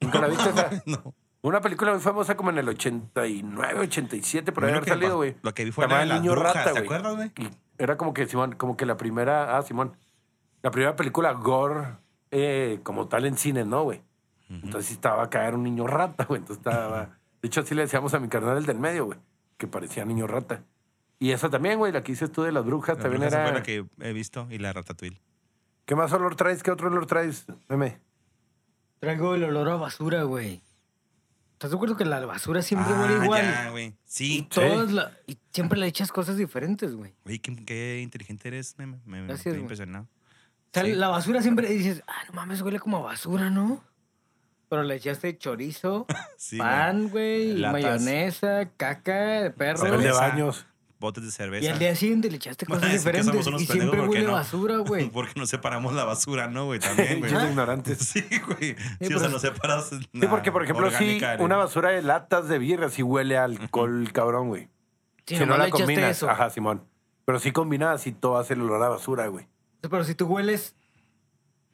Speaker 1: ¿Nunca la viste esa?
Speaker 2: No.
Speaker 1: Una película muy famosa como en el 89, 87, por
Speaker 2: A mí
Speaker 1: ahí
Speaker 2: lo
Speaker 1: haber
Speaker 2: que
Speaker 1: salido,
Speaker 2: pa-
Speaker 1: güey.
Speaker 2: lo que vi fue
Speaker 1: Se llamaba
Speaker 2: la de
Speaker 1: El
Speaker 2: las brujas, ¿te
Speaker 1: güey.
Speaker 2: acuerdas, güey?
Speaker 1: Y Era como que, Simón, como que la primera... Ah, Simón. La primera película gore eh, como tal en cine, ¿no, güey? Entonces sí estaba acá, era un niño rata, güey. Entonces estaba... De hecho, así le decíamos a mi carnal el del medio, güey, que parecía niño rata. Y esa también, güey, la que dices tú de las brujas
Speaker 2: La
Speaker 1: también
Speaker 2: bruja esa
Speaker 1: era.
Speaker 2: fue la que he visto y la ratatouille.
Speaker 1: ¿Qué más olor traes? ¿Qué otro olor traes, meme?
Speaker 3: Traigo el olor a basura, güey. ¿Estás de acuerdo que la basura siempre
Speaker 2: Ah,
Speaker 3: huele igual?
Speaker 2: ya, güey.
Speaker 3: Y,
Speaker 2: Sí.
Speaker 3: todas la- y siempre le echas cosas diferentes, güey.
Speaker 2: Oye, qué, qué inteligente eres, me, me- me-
Speaker 3: Gracias,
Speaker 2: estoy
Speaker 3: güey.
Speaker 2: impresionado.
Speaker 3: O sea,
Speaker 2: Sí.
Speaker 3: la basura siempre dices, ah, no mames, huele como a basura, ¿no? Pero le echaste chorizo,
Speaker 2: Sí, güey.
Speaker 3: pan, güey, y
Speaker 2: Latas.
Speaker 3: mayonesa, caca de perro.
Speaker 1: Papel de
Speaker 2: Cerveza.
Speaker 1: baños.
Speaker 2: Botes de cerveza.
Speaker 3: Y al día siguiente le echaste
Speaker 2: Van a
Speaker 3: cosas
Speaker 2: decir que
Speaker 3: diferentes.
Speaker 2: somos unos
Speaker 3: y
Speaker 2: pendejos
Speaker 3: siempre
Speaker 2: porque
Speaker 3: huele a
Speaker 2: no-
Speaker 3: basura, güey.
Speaker 2: Porque no separamos la basura, ¿no, güey? También, güey.
Speaker 1: Pinches ignorantes.
Speaker 2: Sí, güey. Sí, o
Speaker 3: pero-
Speaker 2: sea, no separas.
Speaker 1: Sí, porque, por ejemplo, sí, una basura de latas de birra sí huele a alcohol, cabrón, güey.
Speaker 3: Si,
Speaker 1: si no
Speaker 3: nomás
Speaker 1: la
Speaker 3: le echaste
Speaker 1: combinas.
Speaker 3: eso.
Speaker 1: Ajá, Simón. Pero sí combinadas y todo hace el olor a basura, güey.
Speaker 3: Pero si tú hueles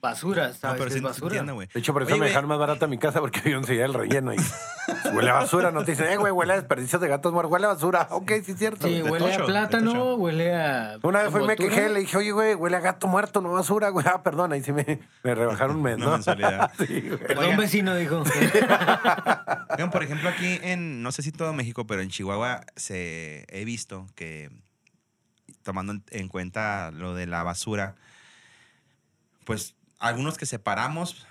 Speaker 3: basura,
Speaker 2: No,
Speaker 3: ¿sabes?
Speaker 2: Ah, pero
Speaker 3: que
Speaker 2: sí
Speaker 3: es basura.
Speaker 2: entiendo, güey.
Speaker 1: De hecho, por eso me
Speaker 2: Oye, güey,
Speaker 1: dejaron más barata mi casa porque había enseguida el relleno. Y huele a basura, no te dicen, eh, güey, huele a desperdicios de gatos muertos, huele a basura. Ok, sí es cierto.
Speaker 3: Sí,
Speaker 2: De
Speaker 3: huele
Speaker 2: tocho,
Speaker 3: a
Speaker 2: de
Speaker 3: plátano,
Speaker 2: tocho.
Speaker 3: huele a.
Speaker 1: Una vez fui y me
Speaker 3: envoltura.
Speaker 1: quejé, le dije, oye, güey, huele a gato muerto, no basura, güey. Ah, perdón, ahí sí me, me rebajaron un mes,
Speaker 2: Una
Speaker 1: ¿no?
Speaker 2: mensualidad.
Speaker 1: sí, güey.
Speaker 3: Perdón,
Speaker 2: Oigan.
Speaker 3: vecino, dijo.
Speaker 2: Oigan, por ejemplo, aquí en, no sé si todo México, pero en Chihuahua se, he visto que, tomando en- en cuenta lo de la basura, pues algunos que separamos,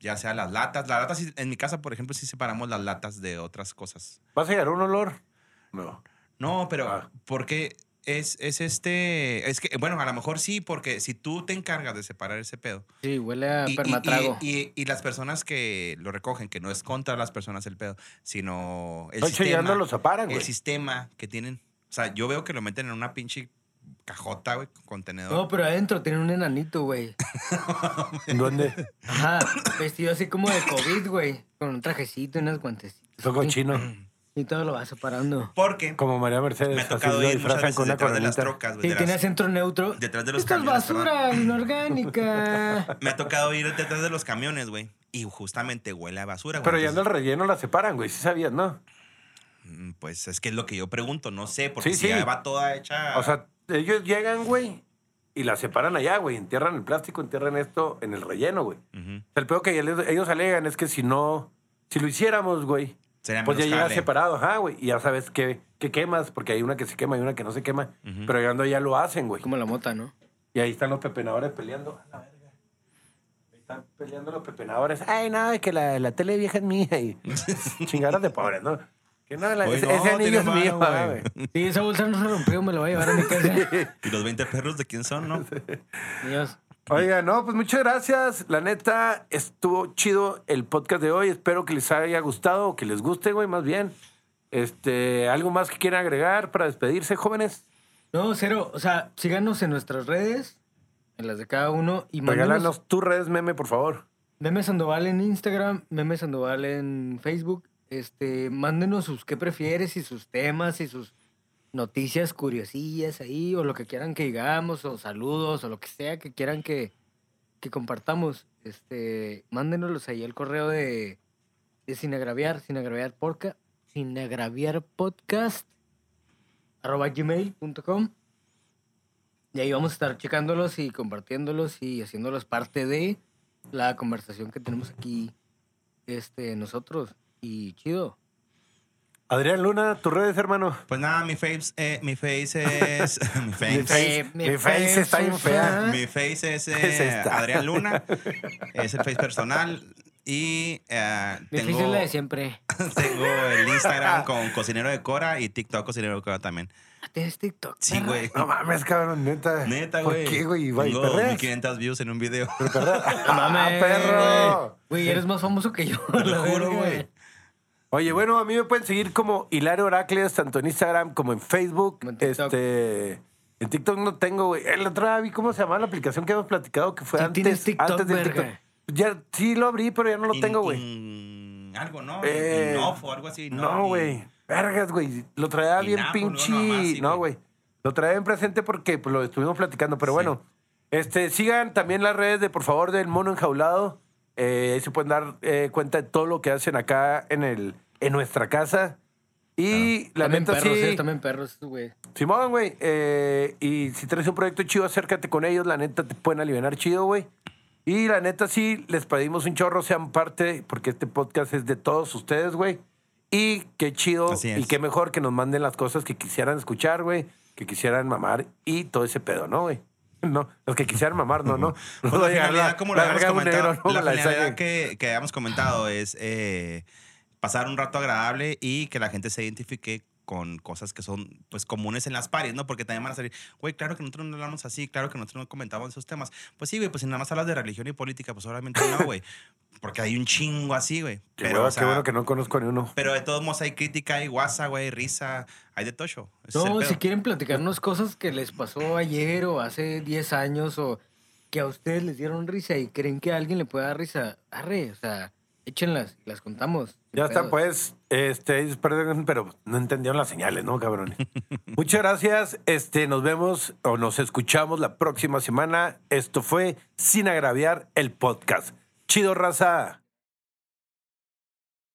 Speaker 2: ya sea las latas, las latas, sí- en mi casa, por ejemplo, sí separamos las latas de otras cosas.
Speaker 1: ¿Vas a llegar un olor? No.
Speaker 2: No, pero
Speaker 1: Ah.
Speaker 2: porque es, es este, es que, bueno, a lo mejor sí, porque si tú te encargas de separar ese pedo,
Speaker 3: Sí, huele a
Speaker 2: y- y-
Speaker 3: permatrago.
Speaker 2: Y, y- y las personas que lo recogen, que no es contra las personas el pedo, sino el
Speaker 1: De hecho, ya
Speaker 2: sistema,
Speaker 1: no lo separan,
Speaker 2: el
Speaker 1: güey.
Speaker 2: sistema que tienen. O sea, yo veo que lo meten en una pinche cajota, güey, con contenedor.
Speaker 3: No, pero adentro tiene un enanito, güey.
Speaker 1: ¿Dónde?
Speaker 3: Ajá, vestido así como de COVID, güey. Con un trajecito y unas guantecitas.
Speaker 1: Soy cochino.
Speaker 3: Y todo lo va separando.
Speaker 2: porque
Speaker 1: Como María
Speaker 2: me
Speaker 1: Mercedes,
Speaker 2: ha
Speaker 1: así lo
Speaker 2: tocado ir muchas
Speaker 1: disfrazan
Speaker 2: veces
Speaker 1: con una
Speaker 2: detrás de las
Speaker 1: coronita.
Speaker 2: trocas, güey.
Speaker 3: Sí,
Speaker 2: Pues de
Speaker 3: tiene
Speaker 2: las-
Speaker 3: acento neutro.
Speaker 2: Detrás de los
Speaker 3: Esto es
Speaker 2: camiones,
Speaker 3: basura inorgánica.
Speaker 2: me ha tocado ir detrás de los camiones, güey. Y justamente huele a basura, güey.
Speaker 1: Pero ya en el
Speaker 2: Entonces,
Speaker 1: relleno la separan, güey. Sí sabías, ¿no?
Speaker 2: mm, Pues es que es lo que yo pregunto, no sé, porque
Speaker 1: Sí,
Speaker 2: si
Speaker 1: sí.
Speaker 2: ya va toda hecha.
Speaker 1: O sea, ellos llegan, güey, y la separan allá, güey. Entierran el plástico, entierran esto en el relleno, güey.
Speaker 2: Ujú.
Speaker 1: El peor que ellos ellos alegan es que si no, si lo hiciéramos, güey,
Speaker 2: Sería
Speaker 1: pues ya
Speaker 2: menos
Speaker 1: llegas
Speaker 2: jale.
Speaker 1: separado, ajá, güey. Y ya sabes que, que quemas, porque hay una que se quema y una que no se quema. Pero llegando allá lo hacen, güey.
Speaker 3: Como la mota, ¿no?
Speaker 1: Y ahí están los pepenadores peleando. A la verga. Ahí Están peleando los pepenadores. Ay, no, es que la, la tele vieja es mía. Y chingaras de pobres, ¿no? Que no, la-
Speaker 2: Oye,
Speaker 1: ese,
Speaker 2: no,
Speaker 1: ese anillo
Speaker 2: tiene
Speaker 1: es
Speaker 2: mano,
Speaker 1: mío,
Speaker 2: güey.
Speaker 1: ah, güey.
Speaker 3: Sí, esa bolsa no se rompió, me la voy a llevar a mi casa.
Speaker 2: ¿Y los 20 perros de quién son, no?
Speaker 3: Dios.
Speaker 1: Oiga, no, pues muchas gracias. La neta, estuvo chido el podcast de hoy. Espero que les haya gustado o que les guste, güey, más bien. Este, ¿algo más que quieran agregar para despedirse, jóvenes?
Speaker 3: No, cero. O sea, síganos en nuestras redes, en las de cada uno. Y mándenos
Speaker 1: Regálanos tus redes, meme, por favor.
Speaker 3: Meme Sandoval en Instagram, Meme Sandoval en Facebook. Este, mándenos sus qué prefieres y sus temas y sus noticias curiosillas ahí o lo que quieran que digamos o saludos o lo que sea que quieran que, que compartamos. Este, mándenoslos ahí al correo de, de sin agraviar, sin agraviar porca, sin agraviar podcast arroba gmail.com y ahí vamos a estar checándolos y compartiéndolos y haciéndolos parte de la conversación que tenemos aquí este, nosotros. Y chido.
Speaker 1: Adrián Luna, tus redes, hermano.
Speaker 2: Pues nada, mi face, eh, mi face es. mi face.
Speaker 1: face- Pues
Speaker 3: Eh,
Speaker 1: mi face está bien fea.
Speaker 2: Mi face es, eh,
Speaker 1: Es esta.
Speaker 2: Adrián Luna. Es el face personal. Y eh,
Speaker 3: Mi face
Speaker 2: tengo,
Speaker 3: es la de siempre.
Speaker 2: tengo el Instagram con Cocinero de Cora y TikTok Cocinero de Cora también.
Speaker 3: Ah, Tienes TikTok.
Speaker 2: Sí,
Speaker 3: perra.
Speaker 2: güey.
Speaker 1: No mames, cabrón, neta.
Speaker 2: Neta,
Speaker 1: ¿Por
Speaker 2: güey.
Speaker 1: qué, güey? Güey,
Speaker 2: Tengo
Speaker 1: perreas.
Speaker 2: 1500 views en un video.
Speaker 3: No mames,
Speaker 1: Ah, perro!
Speaker 3: güey. Güey, eres más famoso que yo.
Speaker 2: Te lo juro, güey.
Speaker 1: Oye, bueno, a mí me pueden seguir como Hilario Oracles, tanto en Instagram como en Facebook.
Speaker 3: Como en TikTok.
Speaker 1: este, en TikTok no tengo, güey. El otro día vi cómo se llamaba la aplicación que hemos platicado que fue
Speaker 3: Sí,
Speaker 1: antes,
Speaker 3: tienes TikTok,
Speaker 1: antes de
Speaker 3: verga.
Speaker 1: TikTok. Ya sí lo abrí, pero ya no lo
Speaker 2: In-
Speaker 1: tengo, güey.
Speaker 2: in- Algo, ¿no?
Speaker 1: Eh,
Speaker 2: In off o algo así.
Speaker 1: No,
Speaker 2: Y-
Speaker 1: güey. Vergas, güey. Lo traía
Speaker 2: Y
Speaker 1: bien
Speaker 2: nada, pues, luego
Speaker 1: pinche.
Speaker 2: nomás, sí,
Speaker 1: no,
Speaker 2: güey.
Speaker 1: güey. Lo traía bien presente porque pues, lo estuvimos platicando. Pero
Speaker 2: Sí.
Speaker 1: bueno, este, sigan también las redes de, por favor, del Mono Enjaulado. Eh, ahí se pueden dar eh, cuenta de todo lo que hacen acá en, el, en nuestra casa. Y la
Speaker 3: También
Speaker 1: neta,
Speaker 3: perros,
Speaker 1: sí.
Speaker 3: eh, también perros, güey.
Speaker 1: Simón, güey. eh, y si traes un proyecto chido, acércate con ellos. La neta te pueden aliviar chido, güey. Y la neta sí, les pedimos un chorro, sean parte, porque este podcast es de todos ustedes, güey. Y qué chido
Speaker 2: Así es.
Speaker 1: y qué mejor que nos manden las cosas que quisieran escuchar, güey, que quisieran mamar y todo ese pedo, ¿no, güey? No, los que quisieran mamar, no, no. No
Speaker 2: Pues
Speaker 1: va
Speaker 2: la
Speaker 1: a llegar
Speaker 2: finalidad,
Speaker 1: la-
Speaker 2: como
Speaker 1: la
Speaker 2: lo habíamos
Speaker 1: verga de un negro,
Speaker 2: comentado,
Speaker 1: ¿no?
Speaker 2: la
Speaker 1: La de
Speaker 2: finalidad
Speaker 1: sangre.
Speaker 2: que, que habíamos comentado es eh, pasar un rato agradable y que la gente se identifique con cosas que son pues comunes en las pares, ¿no? Porque también van a salir, güey, claro que nosotros no hablamos así, claro que nosotros no comentábamos esos temas. Pues sí, güey, pues si nada más hablas de religión y política, pues obviamente no, güey. Porque hay un chingo así, güey.
Speaker 1: Qué hueva,
Speaker 2: Pero, o sea,
Speaker 1: qué bueno que no conozco a ni uno.
Speaker 2: pero de todos modos hay crítica, hay guasa, güey, risa, hay de tocho. Ese es el
Speaker 3: No,
Speaker 2: pedo.
Speaker 3: si quieren platicarnos cosas que les pasó ayer o hace 10 años o que a ustedes les dieron risa y creen que a alguien le puede dar risa, arre, o sea, échenlas, las contamos. sin
Speaker 1: Ya está,
Speaker 3: pedos.
Speaker 1: pues, este, ellos perdieron, pero no entendieron las señales, ¿no, cabrones? Muchas gracias. Este, nos vemos o nos escuchamos la próxima semana. Esto fue Sin Agraviar el podcast. Chido, raza.